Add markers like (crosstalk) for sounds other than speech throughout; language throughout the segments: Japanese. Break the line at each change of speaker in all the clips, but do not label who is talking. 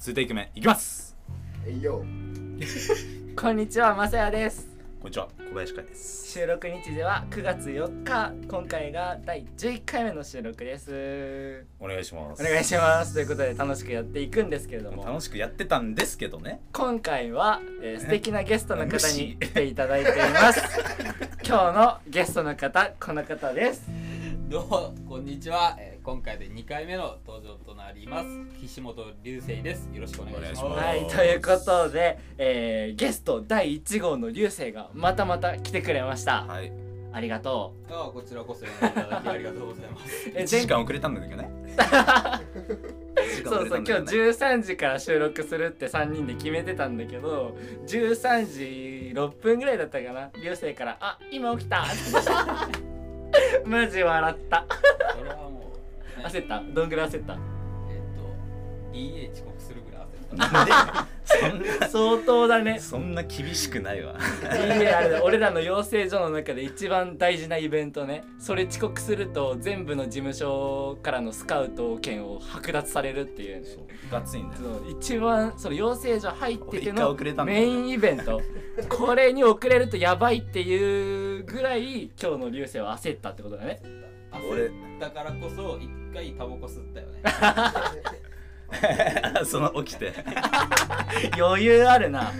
2テイク目いきます
えいよ
こんにちは、まさやです。
こんにちは小林海です
収録日時は9月4日、今回が第11回目の収録です。
お願いします
お願いします。ということで楽しくやっていくんですけれども、
楽しくやってたんですけどね
今回は、えー素敵なゲストの
無
方
視
に来ていただいてい (laughs) ます。今日のゲストの方、この方です。
どうもこんにちは、えー今回で2回目の登場となります岸本流星ですよろしくお願いします
お願
はい、ということで、えーゲスト第1号の流星がまたまた来てくれました。
はい
ありがとう。
どうもこちらこそ呼んでいただきありがとうござい
(laughs)
ます
え
1時間遅れたんだけどね一時間
(laughs) そ
遅
う
れ
そ
ただ
うん今
けど
日
ね
13時から収録するって3人で決めてたんだけど13時6分ぐらいだったかな流星から「あ今起きた!」マジ笑った
それはもう、ね、
焦ったどんぐらい焦った
えっと DA 遅刻するぐらい焦っ
なん
た
で
(laughs) 相当だね
そんなそんな厳しくないわ
いいねあれだ俺らの養成所の中で一番大事なイベントねそれ遅刻すると全部の事務所からのスカウト権を剥奪されるっていうね
そうがついんだ
そ
よ
の一番その養成所入って
俺
ての
一回遅れたんだよ
メインイベン
(laughs)
トこれに遅れるとやばいっていうぐらい今日の流星は焦ったってことだね
俺
焦ったからこそ一回タバコ吸ったよ
(laughs)
ね
(laughs) その起きて
余裕あるな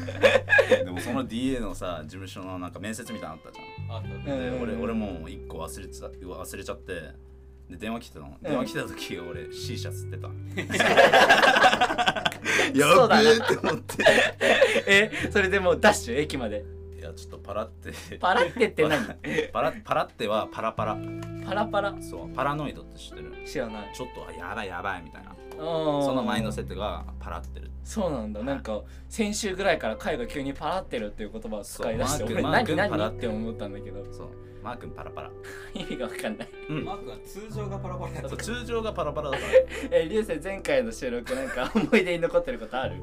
でもその DA のさ事務所のなんか面接みたいなのあったじゃん
あそう
うん
ね
で俺俺もう一個忘れてたうわ忘れちゃってで電話来てたの電話来た時俺 C 社吸って
(laughs)
たや
そう
べ
だ
え
な
って思って
えそれでもうダッシュ駅まで
いやちょっとパラって
パラってって何
パラパラってはパラパラ
パラパラ
そうパラノイドって知ってる
知らない
ちょっとあやばいやばいみたいな
そ
そのマインドセットがパラってる
そうなんだなんか先週ぐらいから海が急にパラってるっていう言葉を使い出して
そう
俺
マー
何
君マー君パ
何
ラ
っ
っててる
思ったんだけど
そうマー君パラパラ
意味が分かんない
うん
マークは通常がパラパラやっ
そう
た
通常がパラパラだか
え流星前回の収録なんか思い出に残ってることある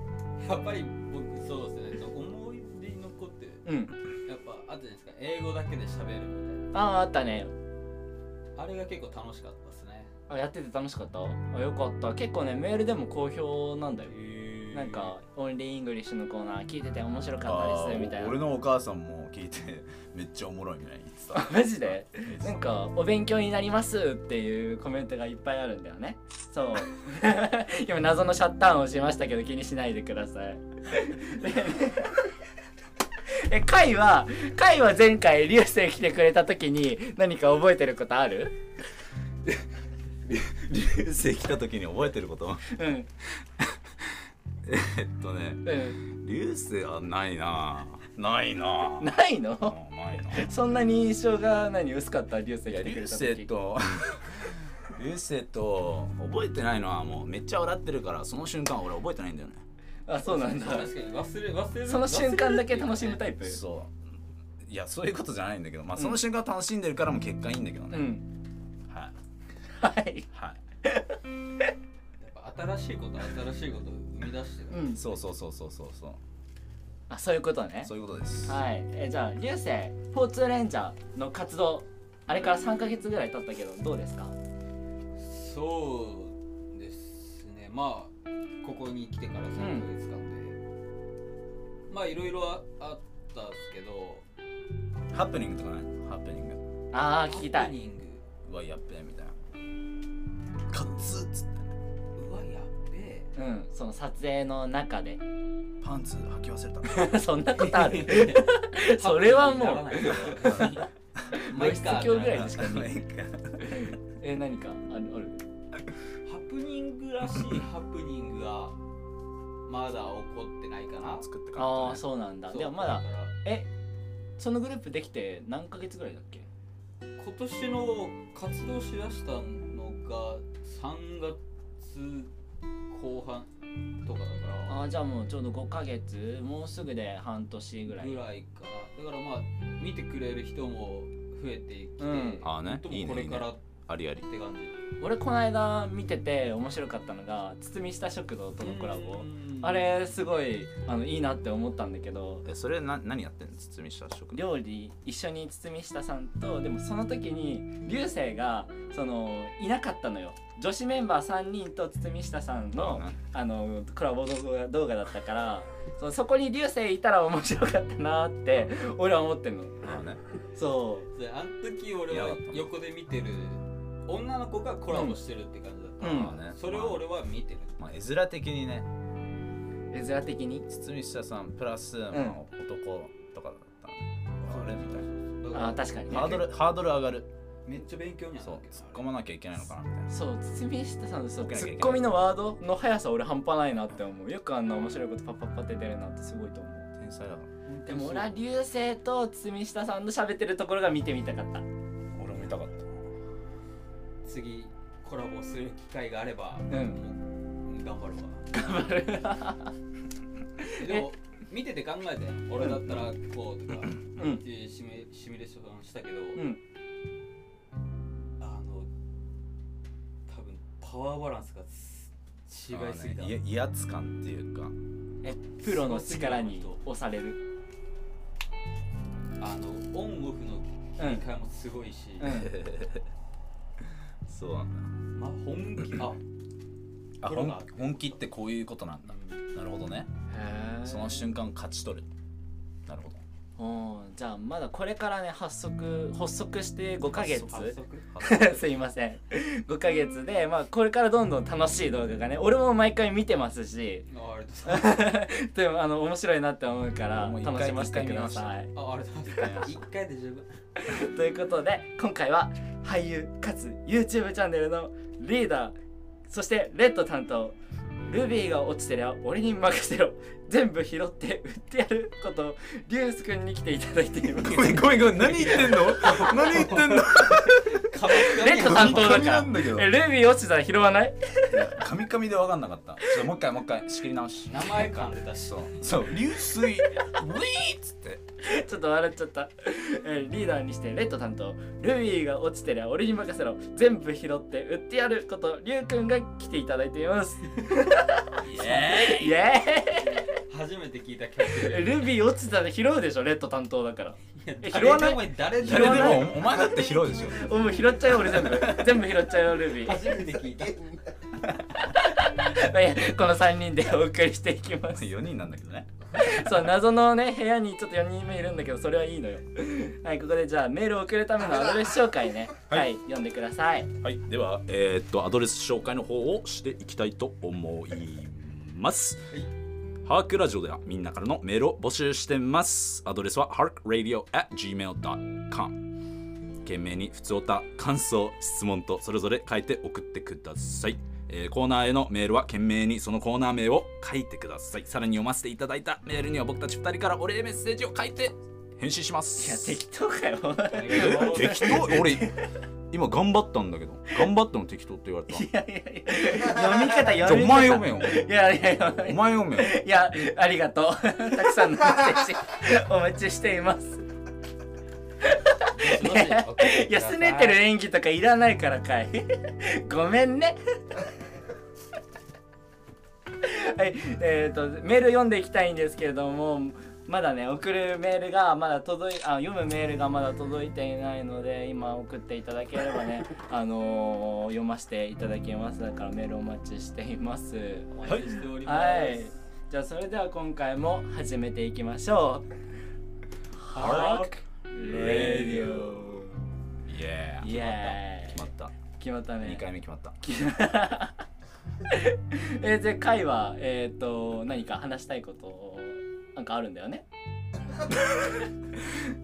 やっぱり僕そうですね思い出に残ってる
うん
やっぱあったじゃないですか英語だけで喋るみ
あああったね
たいなあれが結構楽しかったですね
あやってて楽しかったあよかった結構ねメールでも好評なんだよ
へー
なんかオンリーイングリッシュのコーナー聞いてて面白
ら
かったですみたい
あー
な
俺のお母さんも聞いてめっちゃおもろいみたいに言って
あ
た
マジで
言ってた
なんかお勉強になりますっていうコメントがいっぱいあるんだよねそう
(laughs)
今謎のシャッターンをしましたけど気にしないでくださいえカイはカイは前回流星来てくれた時に何か覚えてることある
流星来た時に覚えてること
うん
えっとね
うん
流星はないなないな
ないの
うんないな
そんなに印象が何薄かった流星
い
来
や
てく
流
れた
星
時
と流星と覚えてないのはもうめっちゃ笑ってるからその瞬間俺覚えてないんだよね
あそうなんだ
確かに忘れ忘れる
その瞬間だけ楽しむタ
イ
イプ
そういやそういうことじゃないんだけどまあ
うん
その瞬間楽しんでるからも結果いいんだけど
う
ね、
ん
はい
はい
は
プやっぱ新しいこと新しいことを生み出してる、
うん
いそうそうそうそうそうそう
あそういうことね
そういうことです
はいえじゃあ流星フォーツーレンジャーの活動あれから3ヶ月ぐらい経ったけどどうですか
そうですねまあここに来てから3ヶ月間で、まあいろいろあったんですけど
ハプニングとかねハプニング
ああ聞きた
ハプ
い
ニング
うわやっべえみたいなカツッつって
うわやっべえ
うんその撮影の中で
パンツ履き忘れた
(laughs) そんなことある (laughs) それはもう
ハプニングにならないけど
(laughs)
まあいっか
露出狂ぐらいでしか
(laughs) な
ない
いか
え何かあるある
ハプニングらしいハプニングがまだ起こってないかな
作ってから
ああ (laughs) そうなんだ
そう
でもまだ
から
えそのグループできて何ヶ月ぐらいだっけ
今年の活動しだしたのが3月後半とかだ
あ
か
あじゃあもうちょうど5ヶ月もうすぐで半年ぐら
ら
い
ぐらいかなだからまあ見てくれる人も増えてきて、
うん
あーね
本当もう
いいね
これからっ
ありあり
て感じ
俺この間見てて面白かったのが堤下食堂とのコラボ
うん
あれすごいあのいいなって思ったんだけど
えそれな何やってんの堤下食堂
料理一緒に堤下さんとでもその時に流星がそのいなかったのよ女子メンバー3人と堤下さんのあのコラボ動画動画だったからそのそこに流星いたら面白かったなって俺は思ってんの
あね
そ
であの時俺
や
は
ばかった
横で見てる女の子がコラボしてるって感じだったから、
うん
まあね
それを俺は見てる、
まあ、絵面的にね
う絵面的に
堤下さんプラス、まあ、
うん
男とかだったのあれみたいな
そうそうそう
あー確かにね
ハードルハードル上がる
めっちゃ勉強になる
そうん
だけど
突っ
な
込まなきゃいけないのかなみたいな
そう堤下さんのそう
ボケなきゃいけ
ツ
ない
ッコミのワードの速さ俺半端ないなって思うよくあんな面白いことパッパッパって出るなってすごいと思う
天才だな
でも俺は流星と堤下さんの喋ってるところが見てみたかった
俺も痛かった
次コラボする機会があれば、
ん
もう頑張るわでも見てて考えて俺だったらこうとか
うん
っていうシミュシミュレーションしたけど、
うん
あの多分パワーバランスがす違いすぎた、
あのねい威圧感っていうか (laughs)
えプロの力に押される
あのオンオフの
うん
切り替えもすごいし、
うん
そうなん
まあ本気あ
だあ
プロ
本
が
本気ってこういうことなんだなるほどね
へ
その瞬間勝ち取るなるほど
おーじゃあまだこれからね発足発足して5ヶ月
発
(laughs)
足
すいません5ヶ月で、まあ、これからどんどん楽しい動画がね俺も毎回見てますし
ああれだ
でもあの面白いなって思うから
もう一回
楽しませてください。
ああれだ一回で
(laughs)
十分
ということで今回は俳優かつ YouTube チャンネルのリーダーそしてレッド担当ルビーが落ちてりゃ俺に任せろ全部拾って売ってやることをリュウス君に来ていただいていま
(laughs)
す。
ごめんごめん何言ってん (laughs) の何言ってんの
壁
レッド担当だか
ゴミゴミな
ら
んだけど
えルビー落ちたら拾わない
カミカミで分かんなかったちょっともう一回もう一回仕切り直し
名前噛んでたし
そうそう流水ウィーっつって
ちょっと笑っちゃった。えーリーダーにしてレッド担当、ルビーが落ちてりゃ俺に任せろ。全部拾って売ってやること、リュウくんが来ていただいて
(laughs)
います。イエ
初めて聞いたキャッチ
ーイルビー落ちたら拾うでしょ、レッド担当だから。え拾
誰
わ
で
な
も
い
誰で
それ
も
でもおお前だって広いでしょ
おもう拾っちゃうよ、俺全部。
(laughs)
全部拾っちゃうよ、ルビー。
初めて聞いた
まあいいやこの3人でお送りしていきます。
4人なんだけどね
そう、謎のね、部屋にちょっと4人目いるんだけど、それはいいのよ。はい、ここでじゃあメールを送るためのアドレス紹介ね。
はい
はい、読んでください。
はい、では、えーっと、アドレス紹介の方をしていきたいと思います。ハークラジオではみんなからのメールを募集してます。アドレスは harkradio.gmail.com。懸命に普通歌、感想、質問とそれぞれ書いて送ってください。えーコーナーへのメールは懸命にそのコーナー名を書いてください。さらに読ませていただいたメールには僕たち2人からお礼メッセージを書いて返信しま
いや、
す。
適当かよ。
え適当俺今頑張ったんだけど頑張っても適当って言われた
いやいやいや読み方
じゃあ
読
お
み方
前読めよ
いやいやいや
お前読めよ
いやありがとう (laughs) たくさんのメッセージお待ちしています (laughs) いやすねてる演技とかいらないからかい (laughs) ごめんね (laughs) はいえー、とメール読んでいきたいんですけれどもまだね送るメールがまだ届いあ読むメールがまだ届いていないので今送っていただければ
(laughs)
ねあのー読ませていただきますだからメールお待ちしています
お待ちしております
はいじゃあそれでは今回も始めていきましょうハ
ック
レディオ
イエー
イエーイ
決まった
決まったね
2回目決まった
えー、で回はえっ、と何か話したいことなんかあるんだよね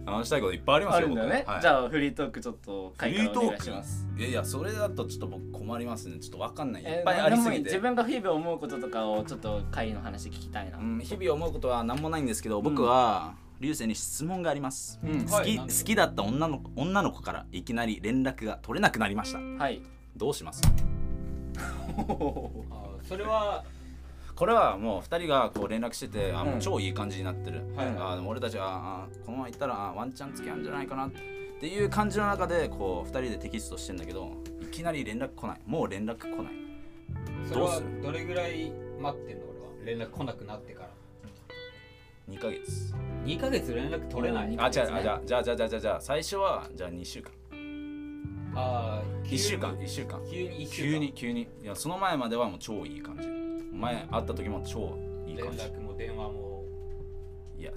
話したいこといっぱいあります
あ
よ
るんだよね、
僕はい
じゃあフリートークちょっと
フ
回
リ
か
ー
らお
ト
願
ー
いします
クいやいやそれだとちょっと僕困りますねちょっとわかんないい
え
っ
ー
ぱいありす
でも
ぎ
自
て
分が日々思うこととかをちょっと会の話聞きたいな、
うん日々思うことは何もないんですけど僕は流星に質問があります
うん
好
はい
き
なん
好
で
きだった女の子女の子からいきなり連絡が取れなくなりました (laughs)
はい
どうします
あそれは
これはもう2人がこう連絡しててあもううん超いい感じになってる、
はい
あでも俺たちはあこのまま行ったらあワンチャン付き合うんじゃないかなっていう感じの中でこう2人でテキストしてんだけどいきなり連絡来ないもう連絡来ない
それ
どう
は
する
どれぐらい待ってんの俺は連絡来なくなってから
2ヶ月
2ヶ月連絡取れない
うん
あじゃあじゃあじゃあじゃあじゃあじゃあじゃあ最初はじゃあ2週間
あ
1週間1週間
急に1週間
急に急にいやその前まではもう超いい感じ前会った時も超いい
連
感じ
絡も電話も
Yes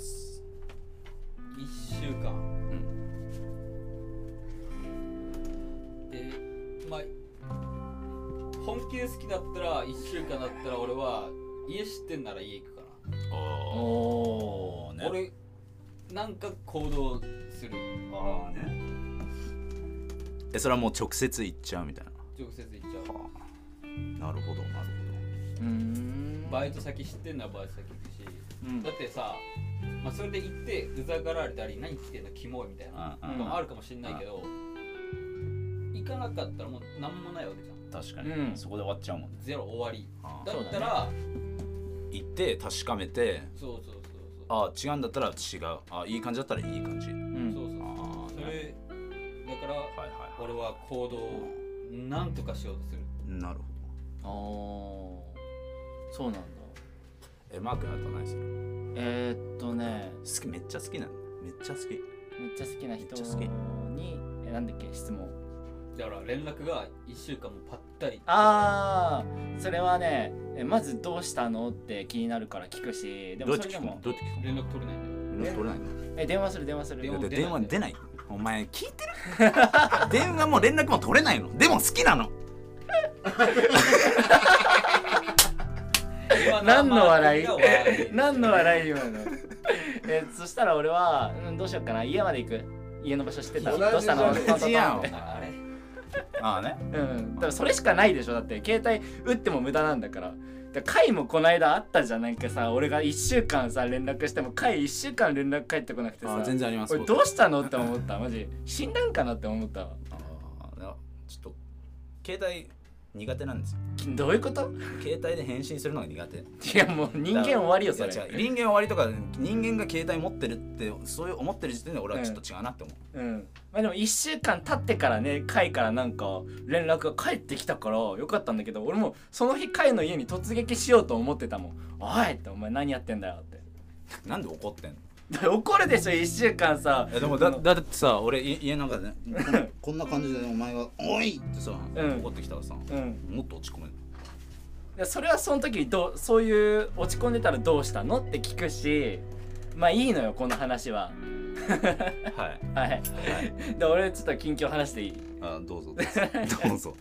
1週間でまあ本気で好きだったら1週間だったら俺は家知ってんなら家行くか
お
お
お
ら、俺なんか行動する
ああねえそれはもう直接行っちゃうみたいな
直接行っちゃう
なるほどなる
うーん
バイト先知ってんならバイト先行くし
うん
だってさ、まあ、それで行ってうざがられたり何着てんのキモいみたいな
ほどうんう
う
んん
のあるかもしんないけど行かなかったらもう何もないわけじゃん
確か
うん
にそこで終わっちゃうもんね
ゼロ終わり
あ
だ
ー
ったら
行って確かめて
そうそうそうそう
ああ違うんだったら違うああいい感じだったらいい感じ
う
そ
ん
うそうそう
ああ
それだから
はいはいは
俺は行動をなんとかしようとする
いなるほど
あーそうなんだ
えマークあったないです
えー、っとね
好きめっちゃ好きなのめっちゃ好き
めっちゃ好きな人
めっちゃ好き
にえなんだっけ質問
だから連絡が1週間もぱったり
ああそれはねえまずどうしたのって気になるから聞くしで
ど
も
う
そ
やって聞
れで
く
も
のどうやって聞く
連絡取れないんだよ
の連絡取れないの
え電話する電話する
電
だって
出ない
電話出ないお前聞いてる電話も連絡も取れないのでも好きなの
(laughs) 今
何の笑い
生が悪い
何の笑い今
(laughs)
のえそしたら俺は、うん、どうしようかな家まで行く家の場所知ってた
同じ
どうした
じゃん
のトントントン
じゃん
あれ
ああね
うんだからそれしかないでしょだって携帯打っても無駄なんだからで回もこの間あったじゃんなんかさ俺が1週間さ連絡しても回1週間連絡返ってこなくて
あ
さ
あ全然あります
俺どうしたのって思ったマジ死んだんかなって思ったわ
ああなちょっと携帯苦手なんですよ
きどういうこと
携帯で返信するのが苦手
(laughs) いやもう人間終わりよそれ
いや違う人間終わりとか人間が携帯持ってるってそういう思ってる時点で俺はちょっと違うなって思う、
うんまあでも1週間経ってからね会からなんか連絡が返ってきたからよかったんだけど俺もその日会の家に突撃しようと思ってたもん「おい!」って「お前何やってんだよ」って (laughs)
なんで怒ってんの
だから怒るでしょ1週間さ
いやでもだだってさ俺い家の中でね
(laughs)
こんな感じでお前が「おい!」ってさ、
うん
怒ってきたらさも
うん
っと落ち込める
でそれはその時にどうそういう落ち込んでたらどうしたのって聞くしまあいいのよこの話
は
は (laughs)
い
はい
はい
で俺ちょっと近況話していい
あどう
(laughs)
ぞどうぞどうぞどうぞ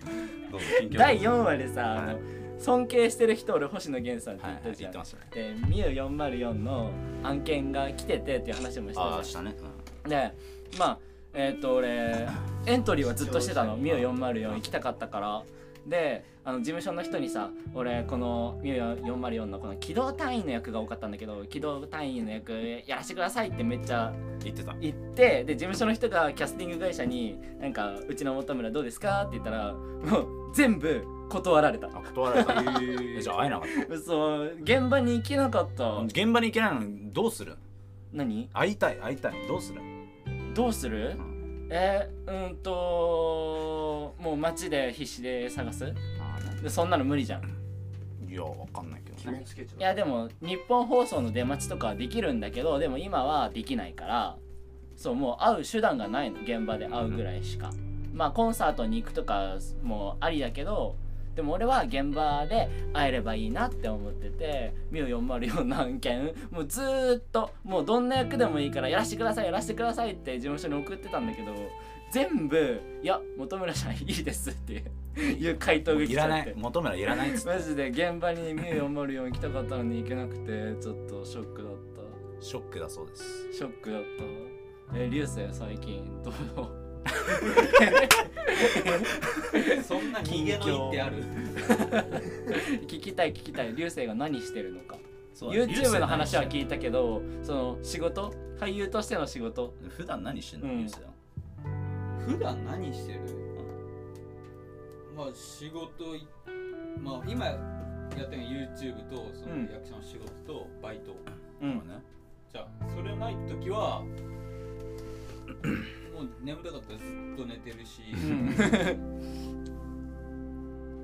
緊急
第4話でさ、あ
はい
の尊敬してる人俺星野源さんって
はい
言
はい
ったじ
言
ゃ
っ
ん、
てましたね
でミュ404の案件が来ててっていう話もして
ああ
た
し
じ
たね、
ゃんでまあえっ、と俺エントリーはずっとしてたのミュ404行きたかったからであの事務所の人にさ俺このミュ404のこの機動隊員の役が多かったんだけど機動隊員の役やらせてくださいってめっち
う
ゃ
ん、言ってた
行ってで事務所の人がキャスティング会社に「なんかうちの本村どうですか?」って言ったらもう全部断られた
あ断られた (laughs) えじゃあ会えなかっ
嘘現場に行けなかった
た現場に行けないのにどうする
何
会いたい会いたいどうする
どうする
うん
えー、うんともう街で必死で探す
あーね
でそんなの無理じゃん
いやわかんないけどね
つけち
いやでも日本放送の出待ちとかはできるんだけどでも今はできないからそうもう会う手段がないの現場で会うぐらいしか、まあコンサートに行くとかもありだけどでも俺は現場で会えればいいなって思っててミュ404の案件もうずーっともうどんな役でもいいからやらせてくださいやらせてくださいって事務所に送ってたんだけど全部「いや本村さんいいです」っていう回答
も
が
う
来
い
ちゃ
ら
って
ない求めないいらないっつっ
(laughs)
て
マジで現場にミュー404行きたかったのに行けなくてちょっとショックだった
ショックだそうです
ショックだったわえ流星最近どう (laughs)
そんな逃げの一手ある
聞きたい聞きたい流星が何してるのか
そうだね
YouTube の話は
流星何して
聞いたけどその仕事俳優としての仕事
んの普段何してんの、
うん
ニュースだよ
普段何してるまあ仕事いまあ今やってるの YouTube とそ
うん
の役者の仕事とバイト、
う
今
ん
ね
じゃあそれない時はもう眠たかったらずっと寝て
(laughs)
るし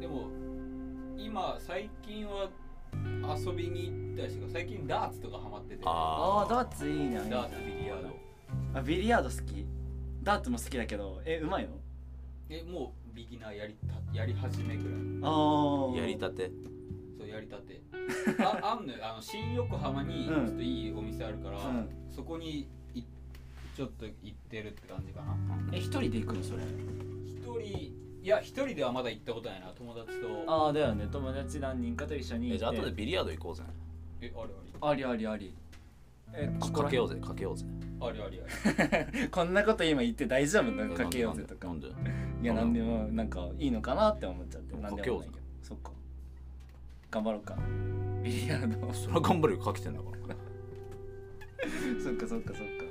でも今最近は遊びに行ったりしてから最近ダーツとかハマってて
あ
あーダーツいいな
ダーツビリヤード
あビリヤード好きダーツも好きだけどえうまいの
えもうビギナーやりたやり始めぐらい
ああ
やりたて
そうやりたて
(laughs)
ああんのよあの新横浜にちょ
うん
っといいお店あるから、
うん
そこにいちょっと行ってるって感じかな
え一人で行くのそれ
一人いや一人ではまだ行ったことないな友達と
ああだよね友達何人かと一緒に
え
行って
じゃあ後でビリヤード行こうぜ
えある
ありありありえ
か
ここら
かけようぜかけようぜ
ありありありあり
こんなこと今言って大丈夫なの
え
かけようぜとか
なんでなんで
いやなんでもなんかいいのかなって思っちゃって
うん
なんでもない
かけようぜ
けどそっか頑張ろうかビリヤード
それは頑張るよかけてんだから
(laughs) そっかそっかそっか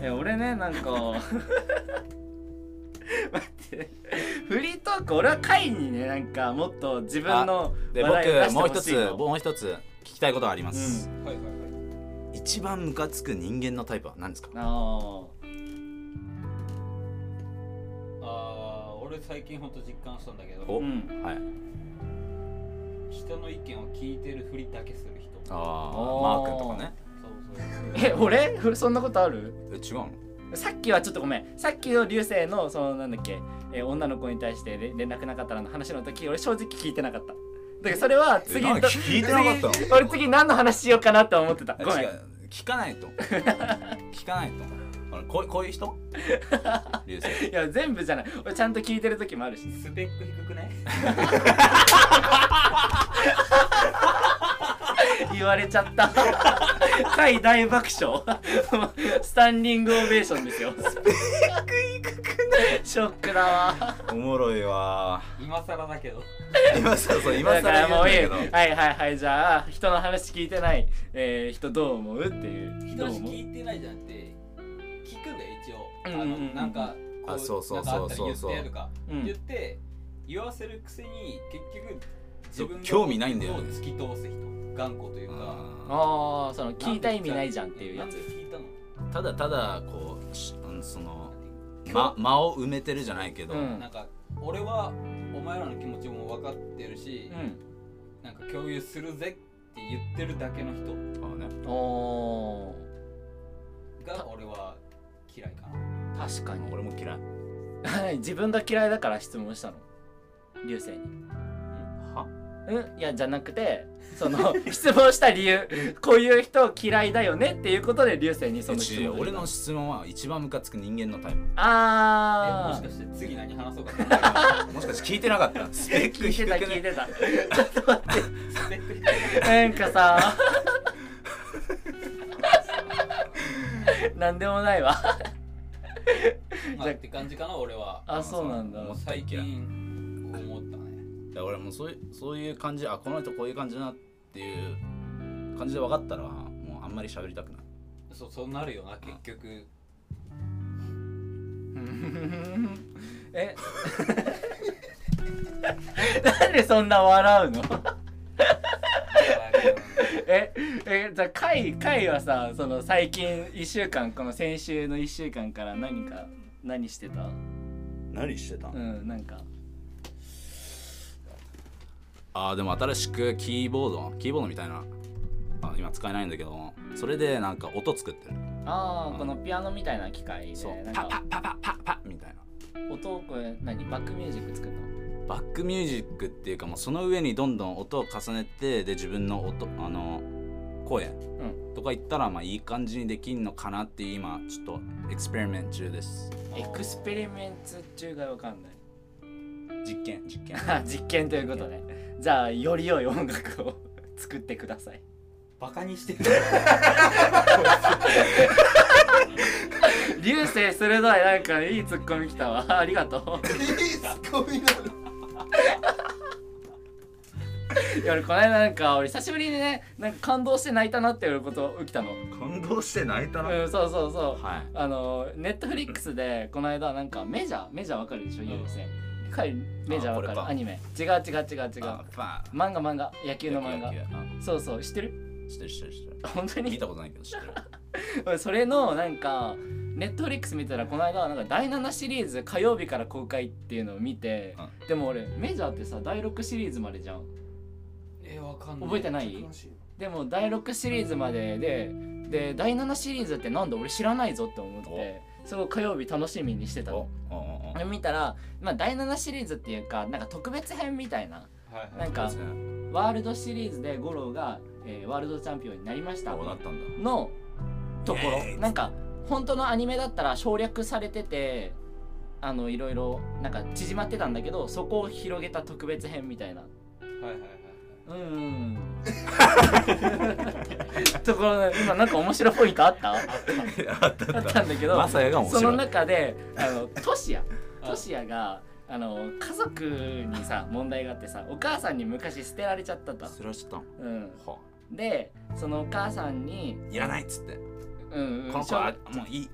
え俺ねなんか (laughs) 待ってフリートーク俺は会にねなんかもっと自分の話題
で
を出して
僕もう
ほ
一
しいの
つもう一つ聞きたいことがあります、
はいはいはい
一番ムカつく人間のタイプは何ですか
あ
ああ俺最近ほんと実感したんだけ
あ
お
ど
うん
はい
人の意見を聞いてるふりだけする人
あー
そう
マー君とかね
そう
え俺ふそんなことある
え違うの
さっきはちょっとごめんさっきの流星のそのなんだっけ、えー女の子に対してれ連絡なかったらの話の時俺正直聞いてなかっただからそれは
え
次
なん
ど
か聞いてなかった
次俺次何の話しようかなって思ってたごめ
違
ん
う聞か
(laughs)
ないと聞かないとほらこうこういう人流星
いや全部じゃない俺ちゃんと聞いてる時もあるし
スペック低くない
言われちゃった (laughs) 回大爆笑 (laughs) スタンディングオベーションですよスペック低くないショックだわ
おもろいわ
今更だけど
今さそう今
だか
更
ら
言
もういい
うんだ
はい
けど
はいはいじゃあ人の話聞いてない、えー人どう思うっていう
人
どう
の
思
話
う
聞いてないじゃなくて聞くんだよ一応あ
うんうん
の
うん
なんかこ
あそうそう
なんかあ
そう
ったら
そうそう
言ってとか
うん
言って言わせるくせに結局自分の
興味ないんだよね
ことを突き通す人頑固というか
あ
ああその聞いた意味ないじゃんっていうや
なんで
つ
聞いたの
ーただただこうしうんその、ま、間を埋めてるじゃないけど、
うん
なんか俺はお前らの気持ちも分かってるし、なんか共有するぜって言ってるだけの人
あのね
うんおー
が俺は嫌いかな
確か
俺も嫌い
に (laughs) 自分が嫌いだから質問したの流星に
は
うんいやじゃなくてその (laughs) 質問した理由こういう人嫌いだよねっていうことで流星にその質
違う
問
俺の質問は一番ムカつく人間のタイ
えも
あ
し
ー
かして次何話そうか考えてる
プもしかして聞いてなかったスペック
(laughs) 聞い
低
て
く
た聞い
ね
てた
スペック低い
なんか
(laughs)
さなんでもないわ
まあって感じかな俺は
あそうなんだ
もう
最近思ったね
いや俺もうそういうそういう感じあこの人こういう感じだなっていう感じで分かったらもうあんまり喋りたくない
そうそうなるよな結局
えなんでそんな笑うのええじゃあ回回はさその最近1週間この先週の1週間から何か何してた
何してた
うんなんか
あーでも新しくキーボードキーボードみたいなあ今使えないんだけどそれでなんか音作ってる
あ
う
あ
ん
このピアノみたいな機械
そう
でなん
パッパ
か
ッパッパッパッパッみたいな
音をこれ何バックミュージック作るの
バックミュージックっていうかもうその上にどんどん音を重ねてで自分の音あの声とか言ったらまあいい感じにできんのかなっていう今ちょっとエクスペリメント中です
エクスペリメンツ中がわかんない
実験実験
あ実験ということねじゃあより良い音楽を作ってください
バカにしてる
流星鋭いなんかいいツッコミ来たわありがとういや俺この間なんか俺久しぶりにねなんか感動して泣いたなっていうこと起きたのう
感動して泣いたはい
んそうそうそうあのネットフリックスでこの間なんかメジャーメジャーわかるでしょ
ん
流星彼メジャーわか
あこれか
るアニメ違う違う違う違う
あパン
漫画漫画野球の漫画
野球野球
そうそう知ってる
あ知ってる知ってる知
(laughs)
ってる
本当
聞い
に
たことないけど知ってる
俺それのなんかネットフリックス見たらこの間なんか第7シリーズ火曜日から公開っていうのを見て、でも俺メジャーってさ第6シリーズまでじゃん
ええわかんない
覚えて
い
ないでも第6シリーズまででで第7シリーズってなんだ俺知らないぞって思ってすごい火曜日楽しみにしてたの
おうんうんうん
で見たら、まあ、第7シリーズっていうかなんか特別編みたいな
はいはい
なんか
そうですね
ワールドシリーズで五郎が、えーワールドチャンピオンになりました
こうなったんだ
のとこ
イエー
ろ
イ
なんか本当のアニメだったら省略されててあのいろいろなんか縮まってたんだけどそこを広げた特別編みたいな
はいはいはい
うんうん (laughs) うんところで今なんか面白いポイントあ (laughs) ったあ
あったあ
っ
ったた
んだけど
マサヤが面白
そ
い
の中であのトシヤ
あ
トシヤがあの家族にさ問題があってさお母さんに昔捨てられちゃったと、
それは知ったの
うん、
は
でそのお母さんに、
あいらないっつってこ
うんうん、
の子はもういい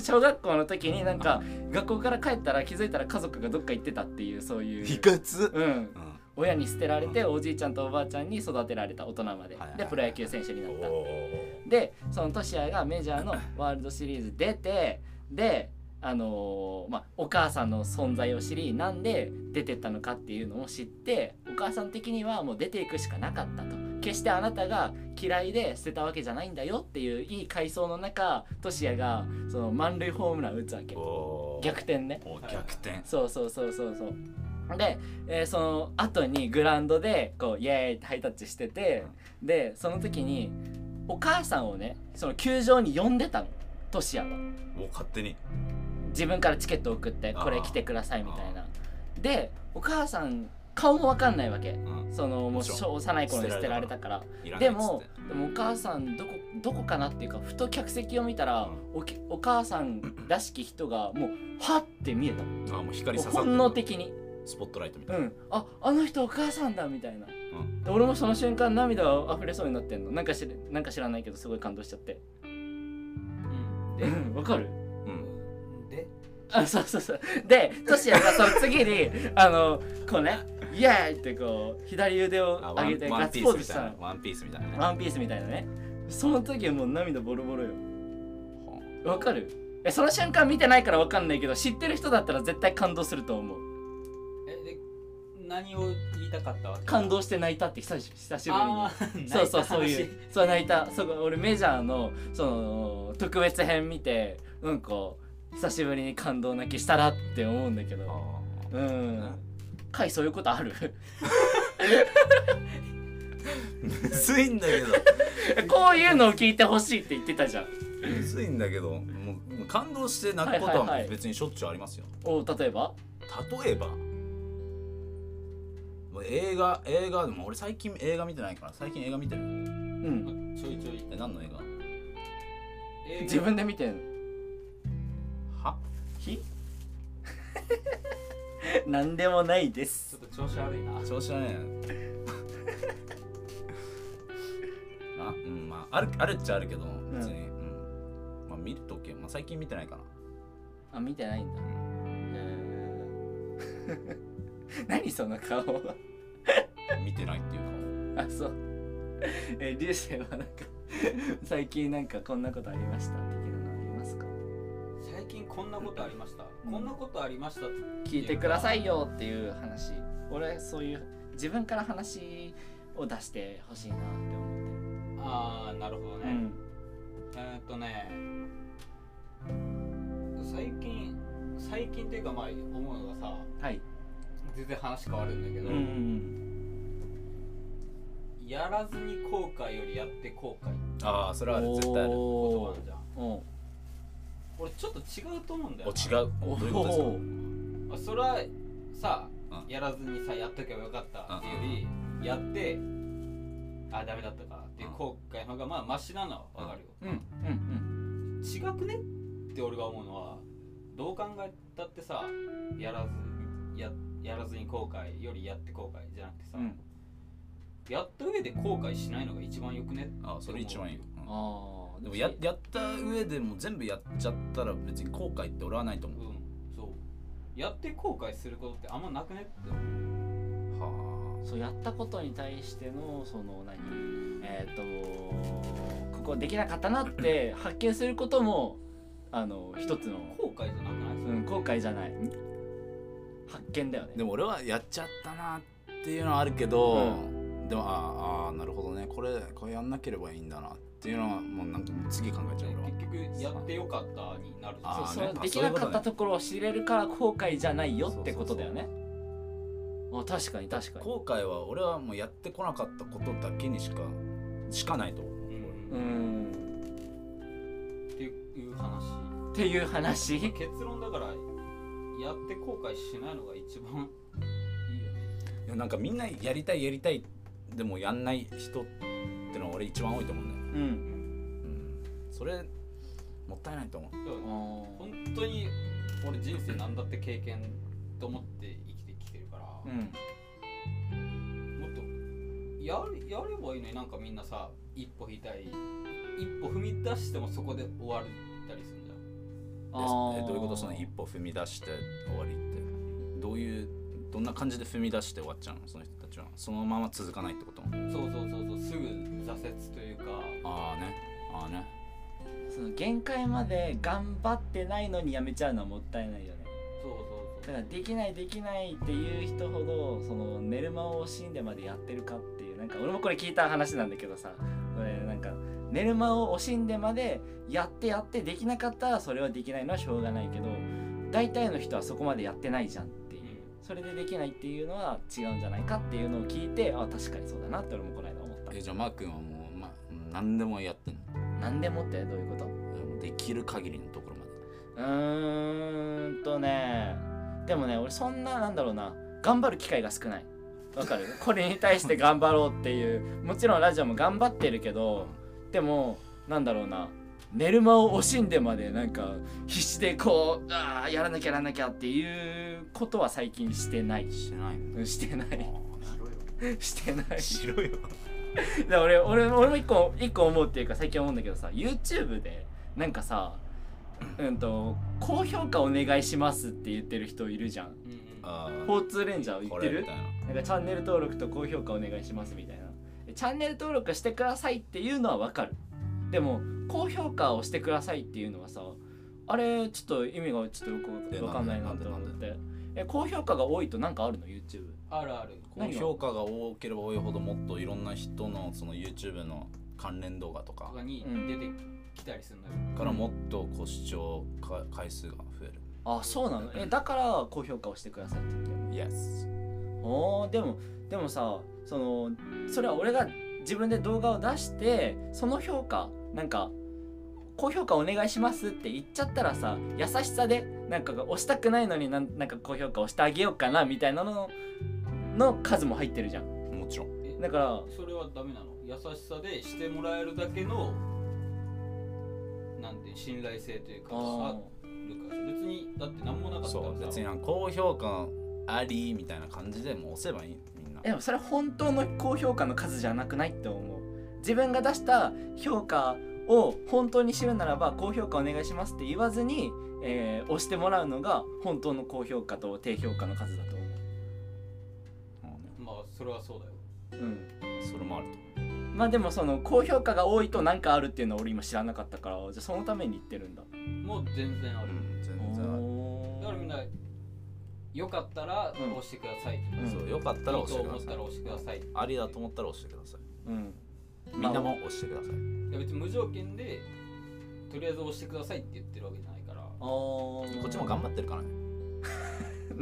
小学 (laughs) 校の時になんか学校から帰ったら気づいたら家族がどっか行ってたっていうそういう、
つ
うん、
うん
親に捨てられておじいちゃんとおばあちゃんに育てられた大人まで
はいはいはい
でプロ野球選手になった
おー
でそのトシヤがメジャーのワールドシリーズ出てであのーまあ、お母さんの存在を知りなんで出てったのかっていうのを知ってお母さん的にはもう出ていくしかなかったと決してあなたが嫌いで捨てたわけじゃないんだよっていういい回想の中トシヤがその満塁ホームラン打つわけ
おー
逆転ね
おー逆転
そうそうそうそうそうで、えーその後にグラウンドでこうイエーイってハイタッチしてて、でその時にお母さんをねその球場に呼んでたのトシヤは
もう勝手に
自分からチケット送って
あー
これ来てくださいみたいなでお母さん顔もわかんないわけ
うん
そのも
も
う
ちろん
小幼い頃に捨てられたから
いらない
で
っつっ
も
て
でもお母さんどこどこかなっていうかふと客席を見たらおけお母さんらしき人がもうはって見えたも
あもう光
う
刺さって
本能的に
スポットライトみ
う
たい
ん、ああの人お母さんだみたいな、
ん
で俺もその瞬間涙が溢れそうになってんのなんか知れなんか知らないけどすごい感動しちゃってうんわかる
う
うんんで
あそうそうそうでトシヤがその次にあのこうねイエーイってこう左腕を
あワ
上げ
ン
て
ワ
ガ
ン
ッ
ピ
ツポ
ー
ー
ス
ズ
み
したた
いな
の
ワンピースみたいなね
ワンピースみたいなねその時はもう涙ボロボロよわかるえその瞬間見てないからわかんないけど知ってる人だったら絶対感動すると思う
えで何を言いたかったわけ
感動して泣いたって久し久しぶりに
あー
そうそうそう
泣
い
いう
そう泣いたそう俺メジャーのその特別編見てうんこ久しぶりに感動泣きしたらって思うんだけど
あ
う
ね
んかいそういうことある (laughs)
ーむずいんだけど
こういうのを聞いてほしいって言ってたじゃん
むずいんだけどもうもう感動して泣くこと
はいはい
は
はい
別にしょっちゅうありますよ
お例えば
例えばもう映画映画でも俺最近映画見てないから最近映画見てる
うん
話ちょいちょい
え何の映
映画
自分で見てんの
画は
(laughs) ひなんでもないで
ちょ
す
っと調子悪いな
調子はね (laughs) あうんまああるあるっちゃあるけど別に、うんまあ見るとき、まあ、最近見てないかな
あ見てないんだ
う
へー (laughs) 何その顔
見てないっていうか
あそうえ流星はなんか最近なんかこんなことありました的なのありますか
最近こんなことありましたこんなことありました
聞いてくださいよっていう話俺そういう自分から話を出してほしいなって思っ
ああなるほど
て
ね、
る、
えーっとね最近最近っていうかまあ思うのがさ
はい
全然話変わるんだけ
う
ど、
ん
やらずに後悔よりやって後悔って
ああそれはある
お
絶対あるお
言葉
お
あるじゃん
お
俺ちょっと違うと思うんだよな
違うおどういうことですか
あそれはさ
うん
やらずにさやっとけばよかったっていうより、やってあダメだったかっていう後悔の方がまあマシなのはわかるよ、
うんうん
違くねって俺が思うのはどう考えたってさやらずややらずに後悔よりやって後悔じゃなくてさ、
うんうん
やった上で後悔しないのが一番よくね
あーそれ一番いいよ、うん
ああ
でもややった上でも全部やっちゃったら別に後悔って俺はないと
う
思
んそうやって後悔することってあんまなくねって思う
う。は
そうやったことに対してのその何えっ、とここできなかったなって発見することもあの一つの、
後悔じゃなくない
う
それ
ん、後悔じゃない発見だよね
あ。でも俺はやっちゃったなっていうのはあるけど、でもあーあーなるほどねこれこれやんなければいいんだなっていうのはもうなんか次考えちゃう俺は
結局やってよかったになるじゃん
あー
そう
ね
そのできなかったところを知れるから後悔じゃないよってことだよねあ確かに確かに
後悔は俺はもうやってこなかったことだけにしかしかないと思う
うん
うん
っていう話
っていう話
結論だからやって後悔しないのが一番いいよね
でもなんかみんなやりたいやりたいでもやんない人ってのは俺一番多いと思うんだよ
う
ね、
ん
うん、それもったいないと思う
だから
あ
本当に俺人生なんだって経験と思って生きてきてるか
ー
ら、
うん
もっとやるやればいいのになんかみんなさ一歩引いたり一歩踏み出してもそこで終わったりするんじゃん
でえどういうことその一歩踏み出して終わりってどういうどんな感じで踏み出して終わっちゃうのその人たちはそのまま続かないってこと
そうそうそうそうすぐ挫折というか
ああねああね
その限界まで頑張ってないのにやめちゃうのはもったいないよね
そうそう
だ
そ
から
う
できないできないっていう人ほどその寝る間を惜しんでまでやってるかっていうなんか俺もこれ聞いた話なんだけどさこれなんか寝る間を惜しんでまでやってやってできなかったらそれはできないのはしょうがないけど大体の人はそこまでやってないじゃんっていうそれでできないっていうのは違うんじゃないかっていうのを聞いてあ確かにそうだなって俺もこの間思った
えじゃあマー君はもう、ま、何でもやってんの
何でもってどういうこと
もうできる限りのところまで
うーんとねでもね俺そんななんだろうな頑張る機会が少ないわかるこれに対して頑張ろうっていうもちろんラジオも頑張ってるけどでもなんだろうな寝る間を惜しんでまでなんか必死でこうああやらなきゃやらなきゃっていうことは最近してない
してないの
うんしてない (laughs) してない
しろよ
(laughs) だから俺俺俺も一個一個思うっていうか最近思うんだけどさ YouTube でなんかさうんと高評価お願いしますって言ってる人いるじゃん
うんうん
ああ
交通レンジャー言
こ
って
れ
る
みたいな
なんかチャンネル登録と高評価お願いしますみたいなでチャンネル登録してくださいっていうのはわかるでも高評価をしてくださいっていうのはさあれちょっと意味がちょっとよ
え
くわかんないな
なんで
と思っ
なん
てえ高評価が多いとなんかあるの YouTube
あるある
こう
何が
評価が多ければ多いほどもっといろんな人のその YouTube の関連動画と
と
か
かに
うん
出てきたりするんだよ、
からもっとこう視聴か回数が増える
あそうなのえだから高評価をしてくださいって言ってる
Yes
おーでもでもさそのそれは俺が自分で動画を出してその評価なんか高評価お願いしますって言っちゃったらさ優しさでなんかが押したくないのになんなんか高評価押してあげようかなみたいなのの数も入ってるじゃん
もちろん
え
だから
それはダメなの優しさでしてもらえるだけのなんて信頼性というか
あ
あるから別にだって何もなかったら
そう
さ
別になんか高評価ありみたいな感じでもう押せばいいみんな
ーでもそれ本当の高評価の数じゃなくないって思う自分が出した評価を本当に知るならば高評価お願いしますって言わずに、えー押してもらうのが本当の高評価と低評価の数だと思う
まあそれはそうだよ
うん、
それもあると
まあでもその高評価が多いと何かあるっていうのは俺今知らなかったからじゃあそのために言ってるんだ
もう全然あ
う
る、
ん全然ある
お
だからみんなよかったら押してください、
う
そ
ん
うよかったら
いい
押
と
してく
思
だ
っ
さ
た
い
ら押してください
ありだと思ったら押してください
うん
みんなも押してください
いや別に無条件でとりあえず押してくださいって言ってるわけじゃないから
あこ
こっちも頑張ってるからね